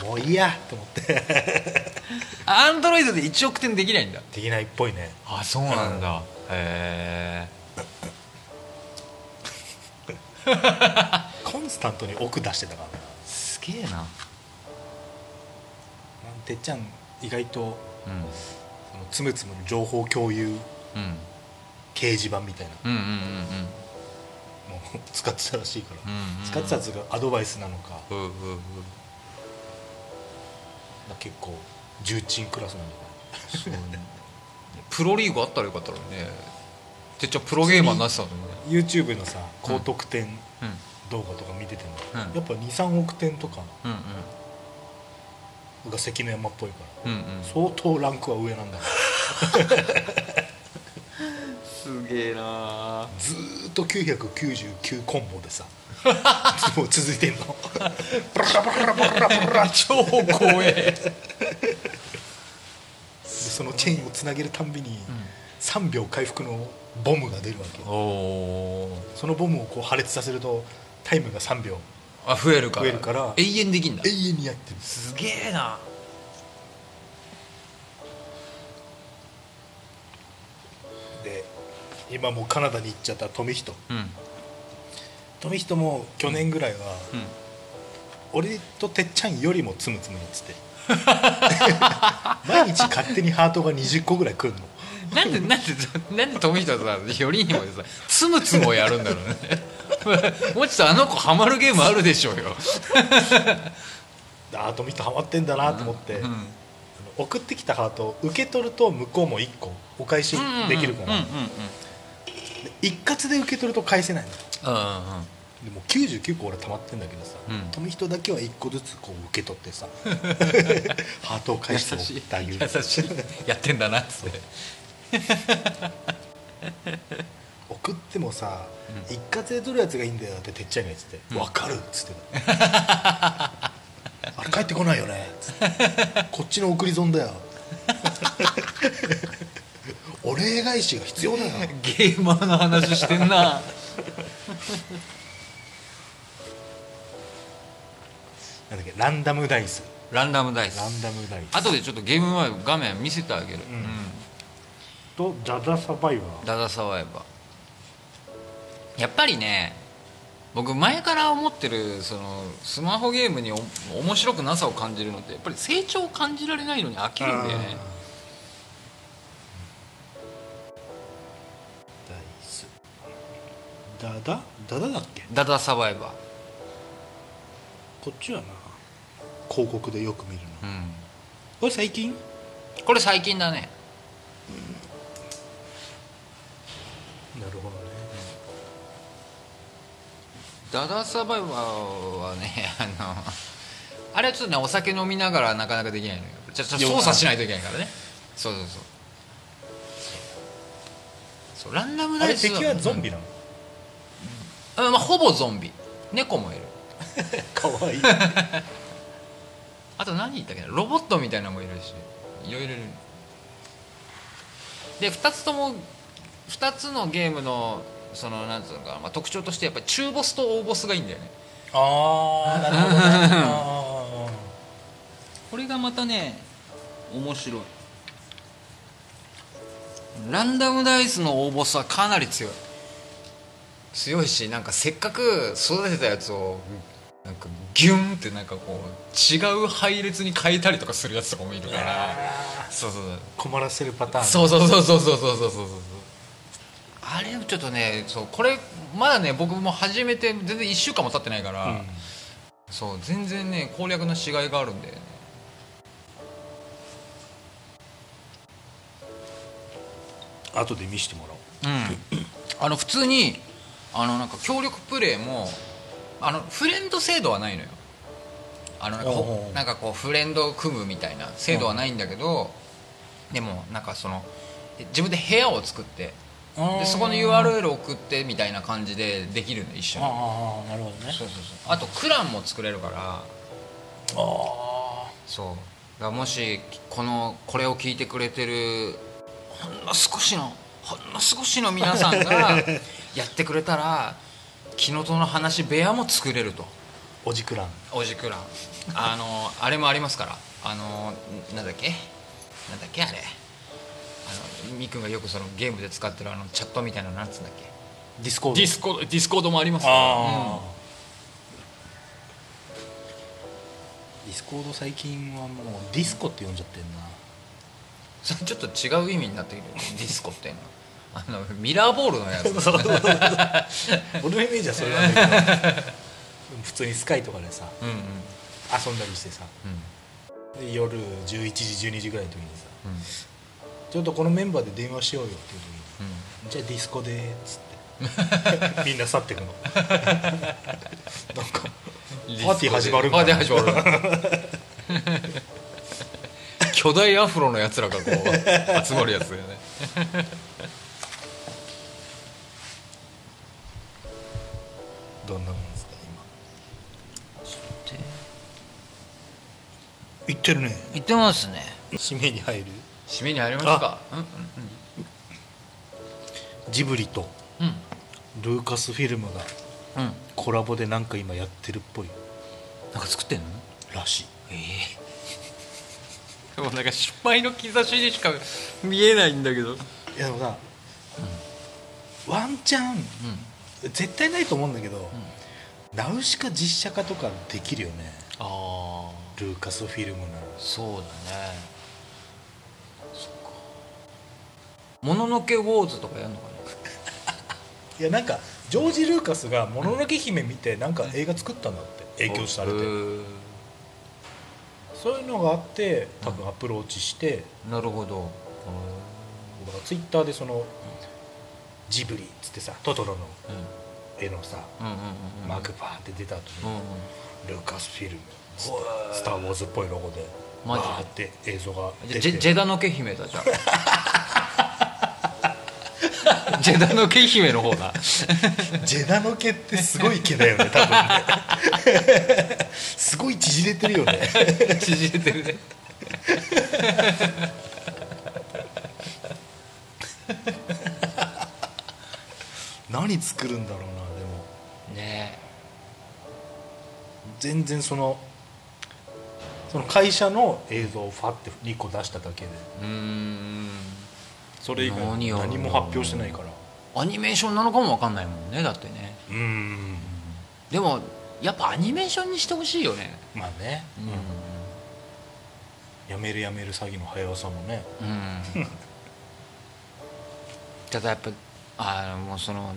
[SPEAKER 2] もういいやと思って
[SPEAKER 1] アンドロイドで1億点できないんだ
[SPEAKER 2] できないっぽいね
[SPEAKER 1] あそうなんだ、へえ
[SPEAKER 2] コンスタントに億出してたからね
[SPEAKER 1] すげえな
[SPEAKER 2] てっちゃん意外と
[SPEAKER 1] うん
[SPEAKER 2] そのつむつむの情報共有
[SPEAKER 1] うん
[SPEAKER 2] 掲示板みたい
[SPEAKER 1] う
[SPEAKER 2] な
[SPEAKER 1] んうんうん
[SPEAKER 2] のを使ってたらしいから、
[SPEAKER 1] うんうんうん
[SPEAKER 2] 使ってたやつがアドバイスなのか
[SPEAKER 1] うんうんうんうん
[SPEAKER 2] 結構重鎮クラスなんだか
[SPEAKER 1] そうねプロリーグあったらよかったのにねてっちゃんプロゲーマーになってたんだもんね
[SPEAKER 2] YouTube のさ高得点
[SPEAKER 1] うん
[SPEAKER 2] 動画とか見てても、
[SPEAKER 1] うん
[SPEAKER 2] やっぱ23億点とか
[SPEAKER 1] うん
[SPEAKER 2] が関の山っぽいから
[SPEAKER 1] うんうんうん
[SPEAKER 2] 相当ランクは上なんだから
[SPEAKER 1] すげえなー
[SPEAKER 2] ずーっと999コンボでさ もう続いてんのブラブラブラブラブラ
[SPEAKER 1] 超怖 え
[SPEAKER 2] でそのチェーンをつなげるたんびに3秒回復のボムが出るわけ
[SPEAKER 1] おお
[SPEAKER 2] そのボムをこう破裂させるとタイムが3秒
[SPEAKER 1] あ増えるから
[SPEAKER 2] 増えるから
[SPEAKER 1] 永遠できんだ
[SPEAKER 2] 永遠にやってる
[SPEAKER 1] すげえな
[SPEAKER 2] で今もうカナダに行っちゃった富人
[SPEAKER 1] うん
[SPEAKER 2] 富人も去年ぐらいは、
[SPEAKER 1] うん
[SPEAKER 2] 俺とてっちゃんよりもつむつむやってて 毎日勝手にハートが20個ぐらい来るの
[SPEAKER 1] なんでなんでなんで富人さよりにもさつむつむをやるんだろうね もうちょっとあの子ハマるゲームあるでしょうよ、
[SPEAKER 2] ああ富人ハマってんだなと思って、
[SPEAKER 1] うん
[SPEAKER 2] 送ってきたハートを受け取ると向こうも1個お返しできるか
[SPEAKER 1] う
[SPEAKER 2] ら、
[SPEAKER 1] んうんうん
[SPEAKER 2] で一括で受け取ると返せないの
[SPEAKER 1] うんうん
[SPEAKER 2] でもう99個俺溜まってんだけどさ、
[SPEAKER 1] うん
[SPEAKER 2] 富人だけは1個ずつこう受け取っ てさハートを返
[SPEAKER 1] 優
[SPEAKER 2] して
[SPEAKER 1] し
[SPEAKER 2] 送
[SPEAKER 1] い
[SPEAKER 2] ってあげる
[SPEAKER 1] 優しいやってんだなっつって
[SPEAKER 2] 送ってもさ、一括で取るやつがいいんだよっててっちゃんが言ってて「分かる」っつって たあれ帰ってこないよねっつってこっちの送り損だ よお礼返しが必要だよ
[SPEAKER 1] ゲーマーの話してんな
[SPEAKER 2] なんだっけランダムダイス
[SPEAKER 1] ランダムダイス
[SPEAKER 2] ランダムダイス
[SPEAKER 1] 後でちょっとゲーム前の画面見せてあげる、
[SPEAKER 2] んとダダサバイバー
[SPEAKER 1] ダダサワイバーやっぱりね僕前から思ってるそのスマホゲームにお面白くなさを感じるのってやっぱり成長を感じられないのに飽きるんだよね
[SPEAKER 2] ダイスダダダダだっけ
[SPEAKER 1] ダダサバイバ
[SPEAKER 2] こっちはな広告でよく見る
[SPEAKER 1] ー、
[SPEAKER 2] なこれ最近
[SPEAKER 1] これ最近だね
[SPEAKER 2] なるほどね
[SPEAKER 1] ダダサバイバーはね あのあれはちょっとねお酒飲みながらなかなかできないのよちょちょ操作しないといけないからねそうそうそうそうランダム
[SPEAKER 2] あ
[SPEAKER 1] ダ
[SPEAKER 2] れ
[SPEAKER 1] イス
[SPEAKER 2] 敵はゾンビな の
[SPEAKER 1] うんまあ、ほぼゾンビ猫もいる
[SPEAKER 2] かわいい
[SPEAKER 1] あと何言ったっけなロボットみたいなのもいるしいろいろいるで2つとも2つのゲームのそのなんつうのかな、まあ、特徴としてやっぱり中ボスと大ボスがいいんだよね
[SPEAKER 2] ああなるほどねあ
[SPEAKER 1] これがまたね面白いランダムダイスの大ボスはかなり強い強いしなんかせっかく育てたやつをなんかギュンってなんかこう違う配列に変えたりとかするやつとかもいるから
[SPEAKER 2] ー
[SPEAKER 1] そうそうそう
[SPEAKER 2] 困らせるパターン
[SPEAKER 1] そうそうそうそうそうそうそうそうあれちょっとねそうこれまだね僕も始めて全然1週間も経ってないから、
[SPEAKER 2] うん
[SPEAKER 1] そう全然ね攻略のしがいがあるんだよね
[SPEAKER 2] 後で見せてもらおう
[SPEAKER 1] うん、あの普通にあのなんか協力プレイもあのフレンド制度はないのよあのなんか
[SPEAKER 2] おうお
[SPEAKER 1] ほ
[SPEAKER 2] う
[SPEAKER 1] なんかこうフレンドを組むみたいな制度はないんだけど、でもなんかそのえ自分で部屋を作ってでそこの URL 送ってみたいな感じでできるの一緒に
[SPEAKER 2] ああなるほど
[SPEAKER 1] そ
[SPEAKER 2] ね
[SPEAKER 1] うそうそうあとクランも作れるから
[SPEAKER 2] あ
[SPEAKER 1] そうだからもしこのこれを聞いてくれてるほんの少しのほんの少しの皆さんがやってくれたら木のとの話部屋も作れると
[SPEAKER 2] あおじくらん
[SPEAKER 1] おじくらんあのあれもありますからあのなんだっけなんだっけあれあのみーくんがよくそのゲームで使ってるあのチャットみたいなのなんつうんだっけ
[SPEAKER 2] ディスコード
[SPEAKER 1] ディスコードディスコードもありますから
[SPEAKER 2] ああ、ディスコード最近はもうディスコって呼んじゃってんな
[SPEAKER 1] それちょっと違う意味になってくるディスコっていうのはあのミラーボールの やつ
[SPEAKER 2] 俺のイメージはそれなんだけどでも普通にスカイとかでさ
[SPEAKER 1] うんうんうん
[SPEAKER 2] 遊んだりしてさで夜11時12時ぐらいの時にさ
[SPEAKER 1] うん
[SPEAKER 2] ちょっとこのメンバーで電話しようよっていう時にじゃあディスコでーっつって みんな去ってくのなんかパーティー始まるん
[SPEAKER 1] パ
[SPEAKER 2] か
[SPEAKER 1] ーティ
[SPEAKER 2] な
[SPEAKER 1] ー始まる 巨大アフロのやつらがこう集まるやつだよね
[SPEAKER 2] どんなもんですか今行ってるね
[SPEAKER 3] 言ってますね
[SPEAKER 2] 締めに入る
[SPEAKER 1] 締めに入りますか
[SPEAKER 2] ジブリと
[SPEAKER 1] うんうん
[SPEAKER 2] ルーカスフィルムが
[SPEAKER 3] うんなん
[SPEAKER 2] コラボでなんか今やってるっぽい
[SPEAKER 3] か作ってんの
[SPEAKER 2] らしい
[SPEAKER 3] ええ
[SPEAKER 1] でもなんか失敗の兆しにしか見えないんだけど
[SPEAKER 2] いやでもさ、ワンチャン絶対ないと思うんだけど、ナウシカ実写化とかできるよね
[SPEAKER 1] ああ
[SPEAKER 2] ルーカスフィルムなら
[SPEAKER 1] そうだねそっかもののけウォーズとかやるのか
[SPEAKER 2] いやなんかジョージ・ルーカスが「もののけ姫」見てなんか映画作ったんだって
[SPEAKER 1] な
[SPEAKER 2] 影響されて
[SPEAKER 1] へー
[SPEAKER 2] そういうのがあって多分アプローチして、
[SPEAKER 1] なるほど
[SPEAKER 2] だからツイッターでそのジブリっつってさトトロの
[SPEAKER 1] うんうん
[SPEAKER 2] 絵のさ、
[SPEAKER 1] うんうんうん
[SPEAKER 2] マークバーンって出た後
[SPEAKER 1] う
[SPEAKER 2] に、
[SPEAKER 1] んうん
[SPEAKER 2] ルーカスフィルムスター・ウォーズっぽいロゴで
[SPEAKER 1] マ
[SPEAKER 2] バ
[SPEAKER 1] ジで
[SPEAKER 2] ーって映像が
[SPEAKER 1] じゃ
[SPEAKER 2] 出
[SPEAKER 1] ジ
[SPEAKER 2] て
[SPEAKER 1] ェジェダのけ姫だじゃん ジェダのけ姫の方だ
[SPEAKER 2] ジェダの毛ってすごい毛だよね多分ね すごい縮れてるよね
[SPEAKER 1] 縮れてるね
[SPEAKER 2] 何作るんだろうなでも
[SPEAKER 1] ね
[SPEAKER 2] 全然そのその会社の映像をファって2個出しただけで
[SPEAKER 1] えうーん
[SPEAKER 2] それ以外
[SPEAKER 1] 何やろうな
[SPEAKER 2] 何も発表してないから
[SPEAKER 1] アニメーションなのかもわかんないもんねだってね
[SPEAKER 2] うん
[SPEAKER 1] でもやっぱアニメーションにしてほしいよね
[SPEAKER 2] まあね、やめるやめる詐欺の早さもね
[SPEAKER 1] うん、 ただやっぱあのもうその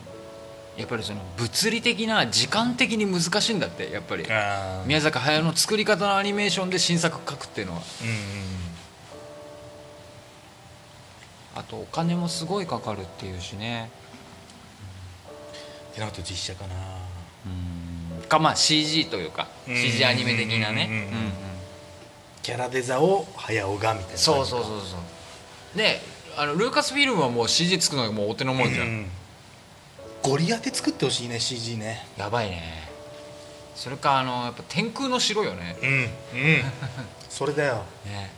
[SPEAKER 1] やっぱりその物理的な時間的に難しいんだってやっぱり
[SPEAKER 2] あ
[SPEAKER 1] 宮坂駿の作り方のアニメーションで新作書くっていうのは
[SPEAKER 2] うんうん
[SPEAKER 1] あとお金もすごいかかるっていうしね
[SPEAKER 2] ってなると実写かな
[SPEAKER 1] かまあ CG というか
[SPEAKER 2] うん
[SPEAKER 1] CG アニメ的なね
[SPEAKER 2] うん
[SPEAKER 1] うんう
[SPEAKER 2] うんうん
[SPEAKER 1] ん
[SPEAKER 2] キャラデザを早尾がみたいな感じ
[SPEAKER 1] そうそうそうそうであのルーカスフィルムはもう CG 作るのがもうお手のもんじゃん、
[SPEAKER 2] うんゴリ当て作ってほしいね CG ね
[SPEAKER 1] やばいねそれかあのやっぱ天空の城よね
[SPEAKER 2] うんうん それだよ
[SPEAKER 1] ね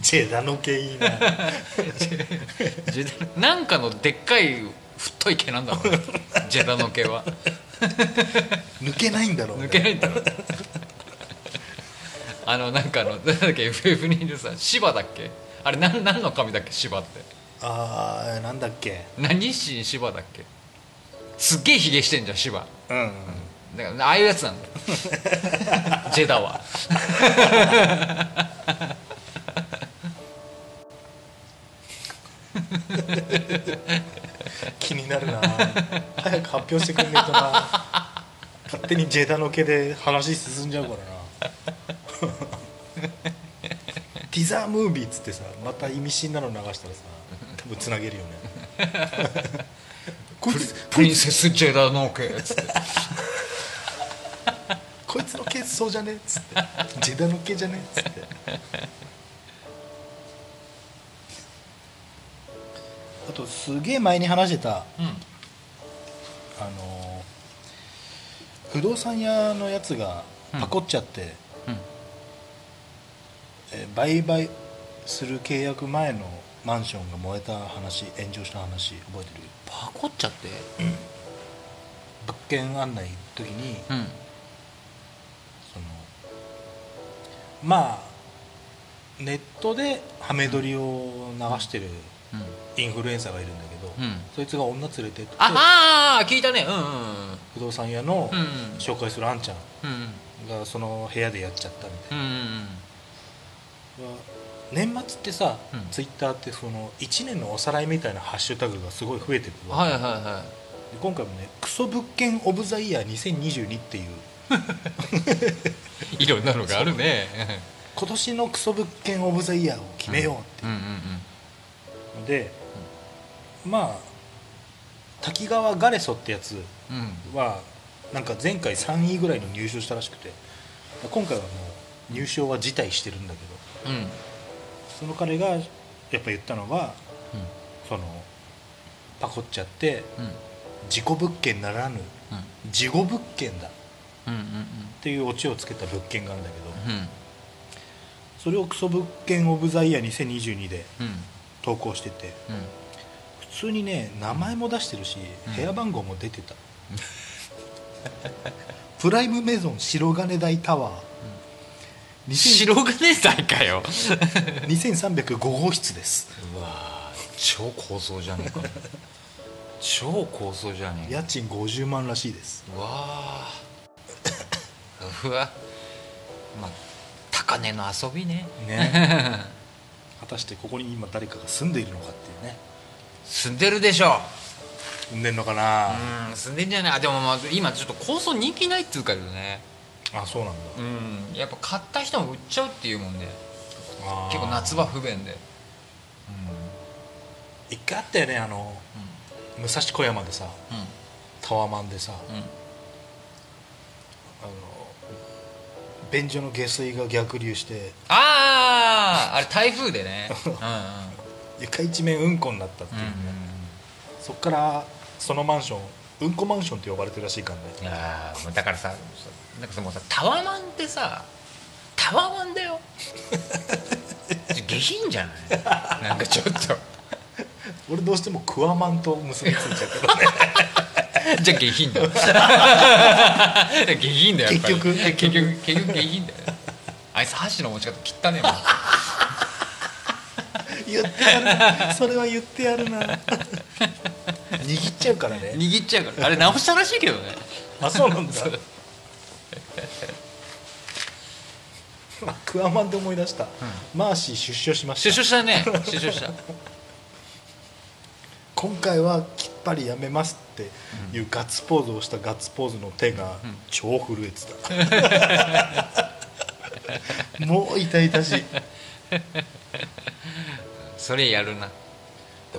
[SPEAKER 2] ジェダの毛いいな
[SPEAKER 1] ジェダなんかのでっかい太い毛なんだろうねジェダの毛は
[SPEAKER 2] 抜けないんだろうね
[SPEAKER 1] 抜けないんだろう あのなんかあのなんだっけ FF にいるさ芝だっけあれなん何の神だっけ芝って
[SPEAKER 2] あーなんだっけ
[SPEAKER 1] 何神芝だっけすっげえひげしてんじゃん芝
[SPEAKER 2] うん
[SPEAKER 1] だからああいうやつ なんだよジェダは
[SPEAKER 2] 気になるな早く発表してくんねえとな勝手にジェダの毛で話進んじゃうからなティザームービーっつってさまた意味深なの流したらさ多分つなげるよねこいつ
[SPEAKER 1] プリンセスジェダの毛つって
[SPEAKER 2] こいつの毛そうじゃねっつってジェダの毛じゃねっつってあとすげえ前に話してた
[SPEAKER 1] うん
[SPEAKER 2] あのー不動産屋のやつがパコっちゃって、
[SPEAKER 1] うん
[SPEAKER 2] えー売買する契約前のマンションが燃えた話炎上した話覚えてる
[SPEAKER 1] パコっちゃって
[SPEAKER 2] 物件案内の時
[SPEAKER 1] う
[SPEAKER 2] に
[SPEAKER 1] ん
[SPEAKER 2] そのまあネットでハメ撮りを流してる
[SPEAKER 1] うん
[SPEAKER 2] インフルエンサーがいるんだけど、
[SPEAKER 1] うん
[SPEAKER 2] そいつが女連れてって
[SPEAKER 1] ああ聞いたねうんうん
[SPEAKER 2] 不動産屋の
[SPEAKER 1] うん
[SPEAKER 2] 紹介するあんちゃん
[SPEAKER 1] うん
[SPEAKER 2] がその部屋でやっちゃったみたいな
[SPEAKER 1] うんうんうん
[SPEAKER 2] 年末ってさ、
[SPEAKER 1] うん
[SPEAKER 2] ツイッターってその1年のおさらいみたいなハッシュタグがすごい増えてくるわ
[SPEAKER 1] は
[SPEAKER 2] け
[SPEAKER 1] いはいは
[SPEAKER 2] で今回もね「クソ物件オブザイヤー2022」っていう
[SPEAKER 1] いいろんなのがあるね
[SPEAKER 2] 今年のクソ物件オブザイヤーを決 めようって
[SPEAKER 1] うんうんうん
[SPEAKER 2] いうので、まあ滝川ガレソってやつ
[SPEAKER 1] うん
[SPEAKER 2] はなんか前回3位ぐらいに入賞したらしくて今回はもう入賞は辞退してるんだけど
[SPEAKER 1] うん
[SPEAKER 2] その彼がやっぱ言ったのはそのパコっちゃって
[SPEAKER 1] うん
[SPEAKER 2] 事故物件ならぬ事故物件だっ
[SPEAKER 1] うんうん
[SPEAKER 2] ていうオチをつけた物件があるんだけど
[SPEAKER 1] うんうん
[SPEAKER 2] それをクソ物件オブザイヤー2022で
[SPEAKER 1] うん
[SPEAKER 2] 投稿してて
[SPEAKER 1] うん
[SPEAKER 2] 普通にね名前も出してるし
[SPEAKER 1] うん
[SPEAKER 2] 部屋番号も出てた、 プライムメゾン白金台タワー、2000
[SPEAKER 1] 白金台かよ
[SPEAKER 2] 2305号室です
[SPEAKER 1] うわー超高層じゃねえかよ超高層じゃねえか
[SPEAKER 2] 家賃50万らしいです
[SPEAKER 1] うわーうわまあ高値の遊びね
[SPEAKER 2] ね果たしてここに今誰かが住んでいるのかっていうね
[SPEAKER 1] 住んでるでしょ
[SPEAKER 2] 住んでんのかな、
[SPEAKER 1] うん住んでんじゃないあでも、まあ、今ちょっと高層人気ないっつうからね
[SPEAKER 2] あそうなんだ
[SPEAKER 1] うんやっぱ買った人も売っちゃうっていうもんで
[SPEAKER 2] あー
[SPEAKER 1] 結構夏場不便で
[SPEAKER 2] 一回あったよねあの、武蔵小山でさ
[SPEAKER 1] うん
[SPEAKER 2] タワマンでさ、
[SPEAKER 1] うんうん
[SPEAKER 2] あの便所の下水が逆流して
[SPEAKER 1] あああれ台風で ねうんうん
[SPEAKER 2] 床一面うんこになったっていう
[SPEAKER 1] う
[SPEAKER 2] ね、
[SPEAKER 1] ん
[SPEAKER 2] そっからそのマンションうんこマンションって呼ばれてるらしいからね
[SPEAKER 1] あーもうだからさそなんかさもうさタワマンってさタワマンだよ下品じゃ ないなんかちょっと
[SPEAKER 2] 俺どうしてもクワマンと結びついちゃうけどね
[SPEAKER 1] じゃあ下品だ 下品だよやっぱり
[SPEAKER 2] 結局
[SPEAKER 1] 結局結局下品だよあいつ箸の持ち方切ったねもう
[SPEAKER 2] 言ってやるなそれは言ってやるな 握っちゃうからね
[SPEAKER 1] 握っちゃうからあれ直したらしいけどね
[SPEAKER 2] あそうなんだあクワマンで思い出した、マーシー出所しま
[SPEAKER 1] 出
[SPEAKER 2] し
[SPEAKER 1] 所
[SPEAKER 2] た
[SPEAKER 1] した ね出所した
[SPEAKER 2] 今回はきっぱりやめますっていうガッツポーズをしたガッツポーズの手が超震えてた、もう痛々しい
[SPEAKER 1] それやるな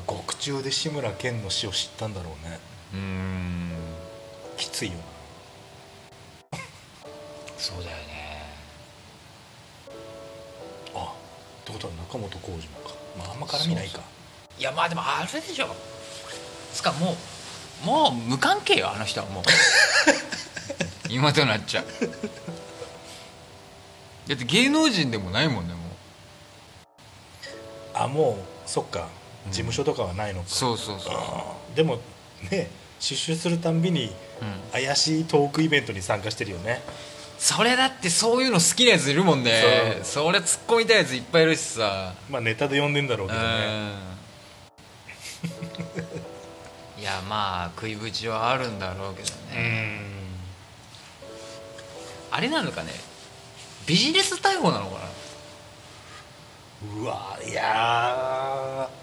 [SPEAKER 2] 獄中で志村けんの死を知ったんだろうね
[SPEAKER 1] うーん
[SPEAKER 2] きついよな
[SPEAKER 1] そうだよね
[SPEAKER 2] あってことは中本浩二もか、まあ、あんま絡みないか
[SPEAKER 1] いやまあでもあれでしょつかもうもう無関係よあの人はも う今となっちゃうだって芸能人でもないもんねもう
[SPEAKER 2] あもうそっか
[SPEAKER 1] うん
[SPEAKER 2] 事務所とかはないのか、
[SPEAKER 1] そうそうそう
[SPEAKER 2] あーでもね出所するたんびに
[SPEAKER 1] うん
[SPEAKER 2] 怪しいトークイベントに参加してるよね
[SPEAKER 1] それだってそういうの好きなやついるもんね
[SPEAKER 2] そう
[SPEAKER 1] それ突っ込みたいやついっぱいいるしさ
[SPEAKER 2] まあネタで呼んでんだろう
[SPEAKER 1] う
[SPEAKER 2] けどね
[SPEAKER 1] ん いやまあ食いぶちはあるんだろうけど
[SPEAKER 2] う
[SPEAKER 1] ね、
[SPEAKER 2] ーん
[SPEAKER 1] あれなのかねビジネス逮捕なのかな
[SPEAKER 2] うわいや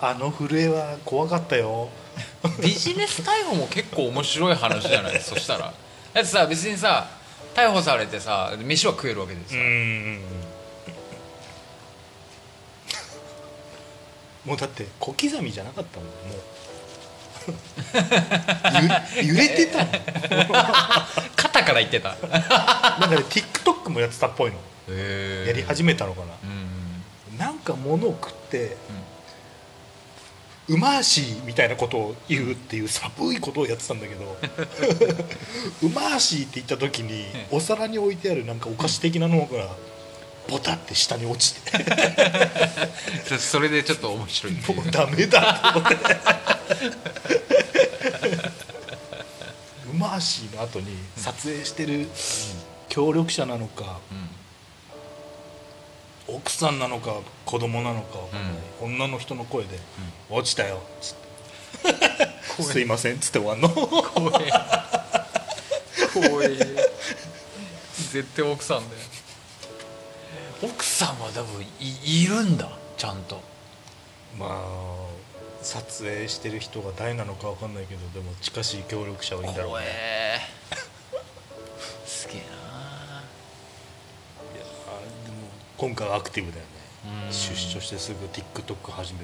[SPEAKER 2] ーあの震えは怖かったよ
[SPEAKER 1] ビジネス逮捕も結構面白い話じゃないそしたらだってさ別にさ逮捕されてさ飯は食えるわけです
[SPEAKER 2] う
[SPEAKER 1] よ、
[SPEAKER 2] ーんもうだって小刻みじゃなかったもんも う揺揺れてたもん
[SPEAKER 1] 肩から言ってた
[SPEAKER 2] なんかね TikTok もやってたっぽいのや
[SPEAKER 1] や
[SPEAKER 2] り始めたのかな、
[SPEAKER 1] めうん
[SPEAKER 2] なんか物を食って、うまーしーみたいなことを言うっていう寒いことをやってたんだけど うまーしーって言った時に
[SPEAKER 1] ええ
[SPEAKER 2] お皿に置いてあるなんかお菓子的なのがボタって下に落ちて
[SPEAKER 1] そそれでちょっと面白いってい
[SPEAKER 2] も
[SPEAKER 1] う
[SPEAKER 2] うダメだと 思ってうまーしーの後に撮影してる協力者なのか奥さんなのか子供なのかわかんない、女の人の声で「落ちた よ」っつって「すいません」っつって終わんの
[SPEAKER 1] 怖え怖え絶対奥さんだよ奥さんは多分いいるんだちゃんと
[SPEAKER 2] まあ撮影してる人が誰なのかわかんないけどでも近しい協力者はいいんだろう
[SPEAKER 1] 怖
[SPEAKER 2] ね
[SPEAKER 1] えすげえな
[SPEAKER 2] あれでも今回はアクティブだよね
[SPEAKER 4] うん
[SPEAKER 2] 出所してすぐ TikTok 始め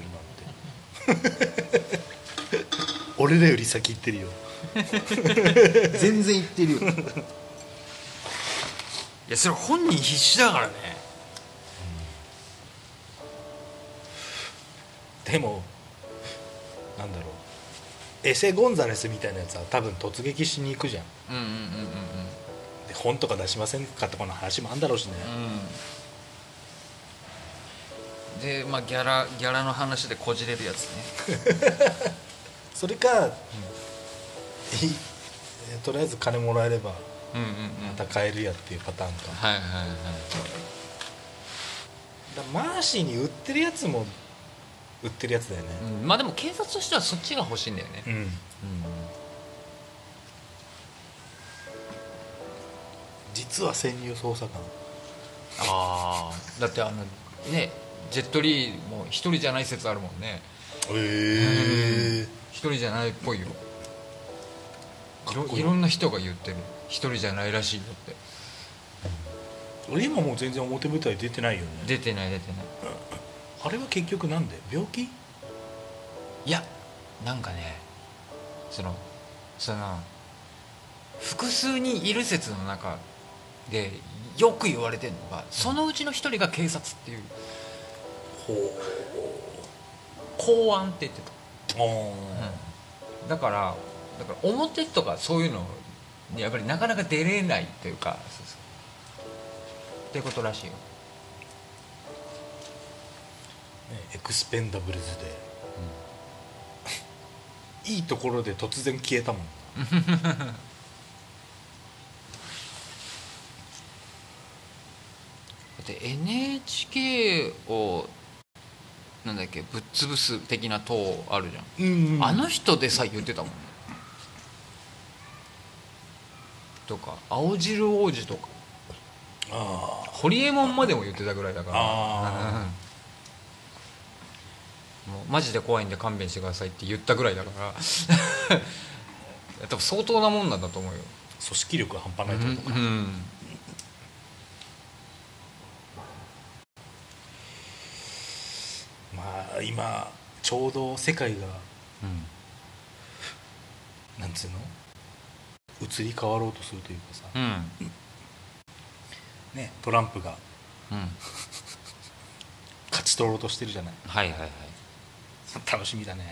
[SPEAKER 2] るなんて 俺らより先行ってるよ
[SPEAKER 1] 全然言ってるよいやそれ本人必死だからね
[SPEAKER 2] でもなんだろうエセ・ゴンザレスみたいなやつは多分突撃しに行くじゃん
[SPEAKER 1] うんうんうん
[SPEAKER 2] で本とか出しませんかとかの話もあんだろうしね、
[SPEAKER 1] うんうんでまあギャラギャラの話でこじれるやつね
[SPEAKER 2] それか、いいえとりあえず金もらえれば
[SPEAKER 1] うんうん
[SPEAKER 2] また買えるやっていうパターンか
[SPEAKER 1] はいはいはい
[SPEAKER 2] だマーシーに売ってるやつも売ってるやつだよね、
[SPEAKER 1] うんまあでも警察としてはそっちが欲しいんだよね
[SPEAKER 2] うん実は潜入捜査官
[SPEAKER 1] ああだってあのねジェットリーも一人じゃない説あるもんね
[SPEAKER 2] へえ
[SPEAKER 1] 一人じゃないっぽいよい
[SPEAKER 2] かっこ
[SPEAKER 1] ろ
[SPEAKER 2] いい
[SPEAKER 1] いろんな人が言ってる一人じゃないらしいよって
[SPEAKER 2] 俺今もう全然表舞台出てないよね
[SPEAKER 1] 出てない出てない
[SPEAKER 2] あれは結局なんで病気
[SPEAKER 1] いやなんかねそのその複数にいる説の中でよく言われてるのがそのうちの一人が警察っていう
[SPEAKER 2] ほ
[SPEAKER 1] 公安って言ってた
[SPEAKER 2] うあ
[SPEAKER 1] だからだから表とかそういうのにやっぱりなかなか出れないというかそうそうってことらしいよ
[SPEAKER 2] ー、ねエクスペンダブルズで、いいところで突然消えたもん
[SPEAKER 1] だって NHK をなんだっけぶっ潰す的な党あるじゃん、
[SPEAKER 2] うん
[SPEAKER 1] あの人でさえ言ってたもんねとか青汁王子とか
[SPEAKER 2] あー
[SPEAKER 1] ホリエモンまでも言ってたぐらいだから
[SPEAKER 2] あ
[SPEAKER 1] うんもうマジで怖いんで勘弁してくださいって言ったぐらいだから 多分相当なもんなんだと思うよ、
[SPEAKER 2] 組織力が半端ないってことか、
[SPEAKER 1] うん
[SPEAKER 2] まあ今ちょうど世界がなんつうの移り変わろうとするというかさ、
[SPEAKER 1] うん
[SPEAKER 2] ね、トランプが
[SPEAKER 1] うん
[SPEAKER 2] 勝ち取ろうとしてるじゃない
[SPEAKER 1] はいはいはい
[SPEAKER 2] 楽しみだね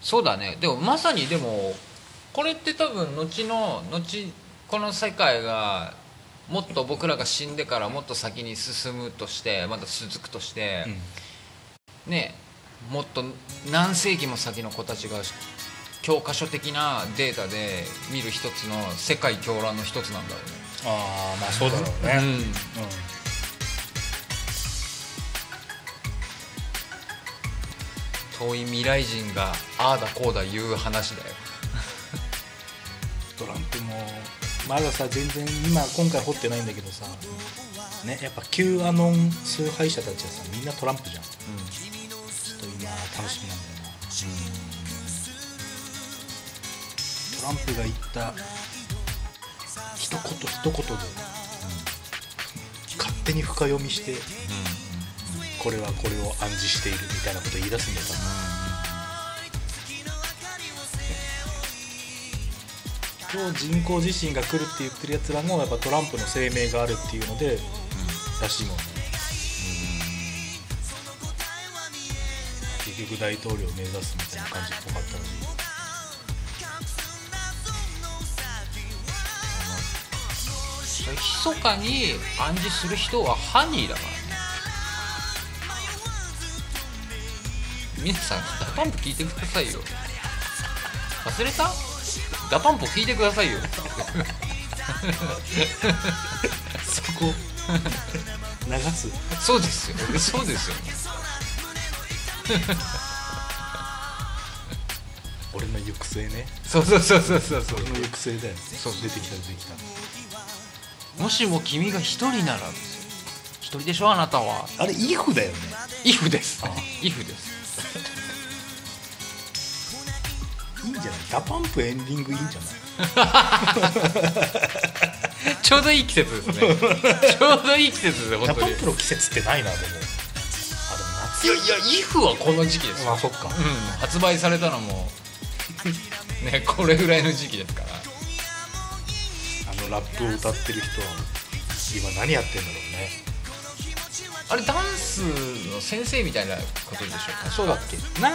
[SPEAKER 1] そうだねでもまさにでもこれって多分後の後この世界がもっと僕らが死んでからもっと先に進むとしてまだ続くとして、ねもっと何世紀も先の子たちが教科書的なデータで見る一つの世界狂乱の一つなんだろ
[SPEAKER 2] ああまあそうだろう
[SPEAKER 1] う
[SPEAKER 2] ね、
[SPEAKER 1] ね、うん、
[SPEAKER 2] うん
[SPEAKER 1] 遠い未来人がああだこうだ言う話だよ
[SPEAKER 2] トランプもまださ全然今今回掘ってないんだけどさ、ね、やっぱ Q アノン崇拝者たちはさみんなトランプじゃん、ちょっと今楽しみなんだよな、トランプが言った一言一言で、勝手に深読みして、これはこれを暗示しているみたいなこと言い出すんだよ多分今日人工地震が来るって言ってるやつらもやっぱトランプの声明があるっていうので、らしいもんね、結局大統領を目指すみたいな感じっぽかったらしい
[SPEAKER 1] それ密かに暗示する人はハニーだからね皆さんダパンプ聞いてくださいよ忘れたダパンプ聞いてくださいよ
[SPEAKER 2] そこ流す
[SPEAKER 1] そうですよそうですよね
[SPEAKER 2] 俺の行く末ね
[SPEAKER 1] そうそうそうそうそうそう
[SPEAKER 2] 俺の行く末だよ
[SPEAKER 1] そう
[SPEAKER 2] 出てきた出てきた
[SPEAKER 1] もしも君が一人なら一人でしょあなたは
[SPEAKER 2] あれイフだよね
[SPEAKER 1] イフです
[SPEAKER 2] あ
[SPEAKER 1] イフです
[SPEAKER 2] いいんじゃないダパンプエンディングいいんじゃない
[SPEAKER 1] ちょうどいい季節です ねちょうどいい季節ですね
[SPEAKER 2] ジ
[SPEAKER 1] 本
[SPEAKER 2] ャ
[SPEAKER 1] 当
[SPEAKER 2] パ
[SPEAKER 1] に
[SPEAKER 2] ンプロ季節ってないなでもあでも
[SPEAKER 1] いやいやイフはこの時期です
[SPEAKER 2] 夏
[SPEAKER 1] よ、
[SPEAKER 2] まあそっか
[SPEAKER 1] うん、発売されたのも ねこれぐらいの時期ですから
[SPEAKER 2] あのラップを歌ってる人は今何やってんだろうね
[SPEAKER 1] あれダンスの先生みたいなことでしょうか
[SPEAKER 2] そうだっけな、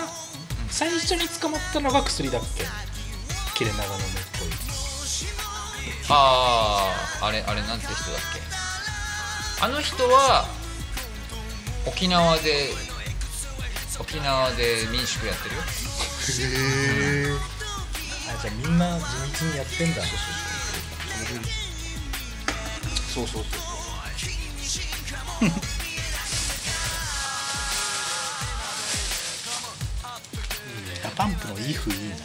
[SPEAKER 2] 最初に捕まったのが薬だっけ切れ長の目っぽい
[SPEAKER 1] あああれあれなんて人だっけあの人は沖縄で沖縄で民宿やってるよ
[SPEAKER 2] へえじゃあみんな地道にやってんだそう そうそうそうそうダパンプのイフいいな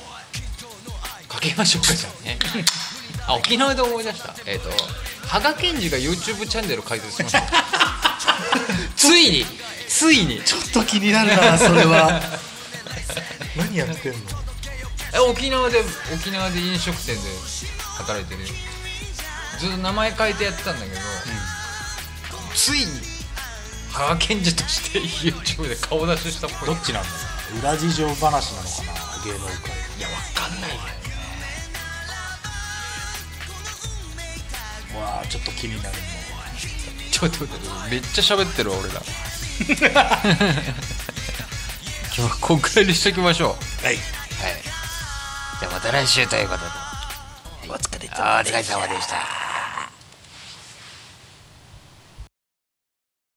[SPEAKER 5] かけましょうかじゃあ
[SPEAKER 1] ね あ沖縄で思い出したえっ、と羽賀健二が YouTube チャンネル開設しま したついについに
[SPEAKER 6] ちょっと気になるなそれは
[SPEAKER 2] 何やってんの
[SPEAKER 1] え沖縄で沖縄で飲食店で働いてるよずっと名前変えてやってたんだけど、ついに羽賀健二として YouTube で顔出ししたっぽい
[SPEAKER 2] どっちなんだろう裏事情話なのかな芸能界いやわ
[SPEAKER 1] わかんないよ
[SPEAKER 2] わあちょっと気になる
[SPEAKER 1] ちょっと待ってめっちゃ喋ってるわ俺ら 今日はこんくらいにしときましょう
[SPEAKER 2] はい
[SPEAKER 6] じゃあまた来週ということでお疲れ様でした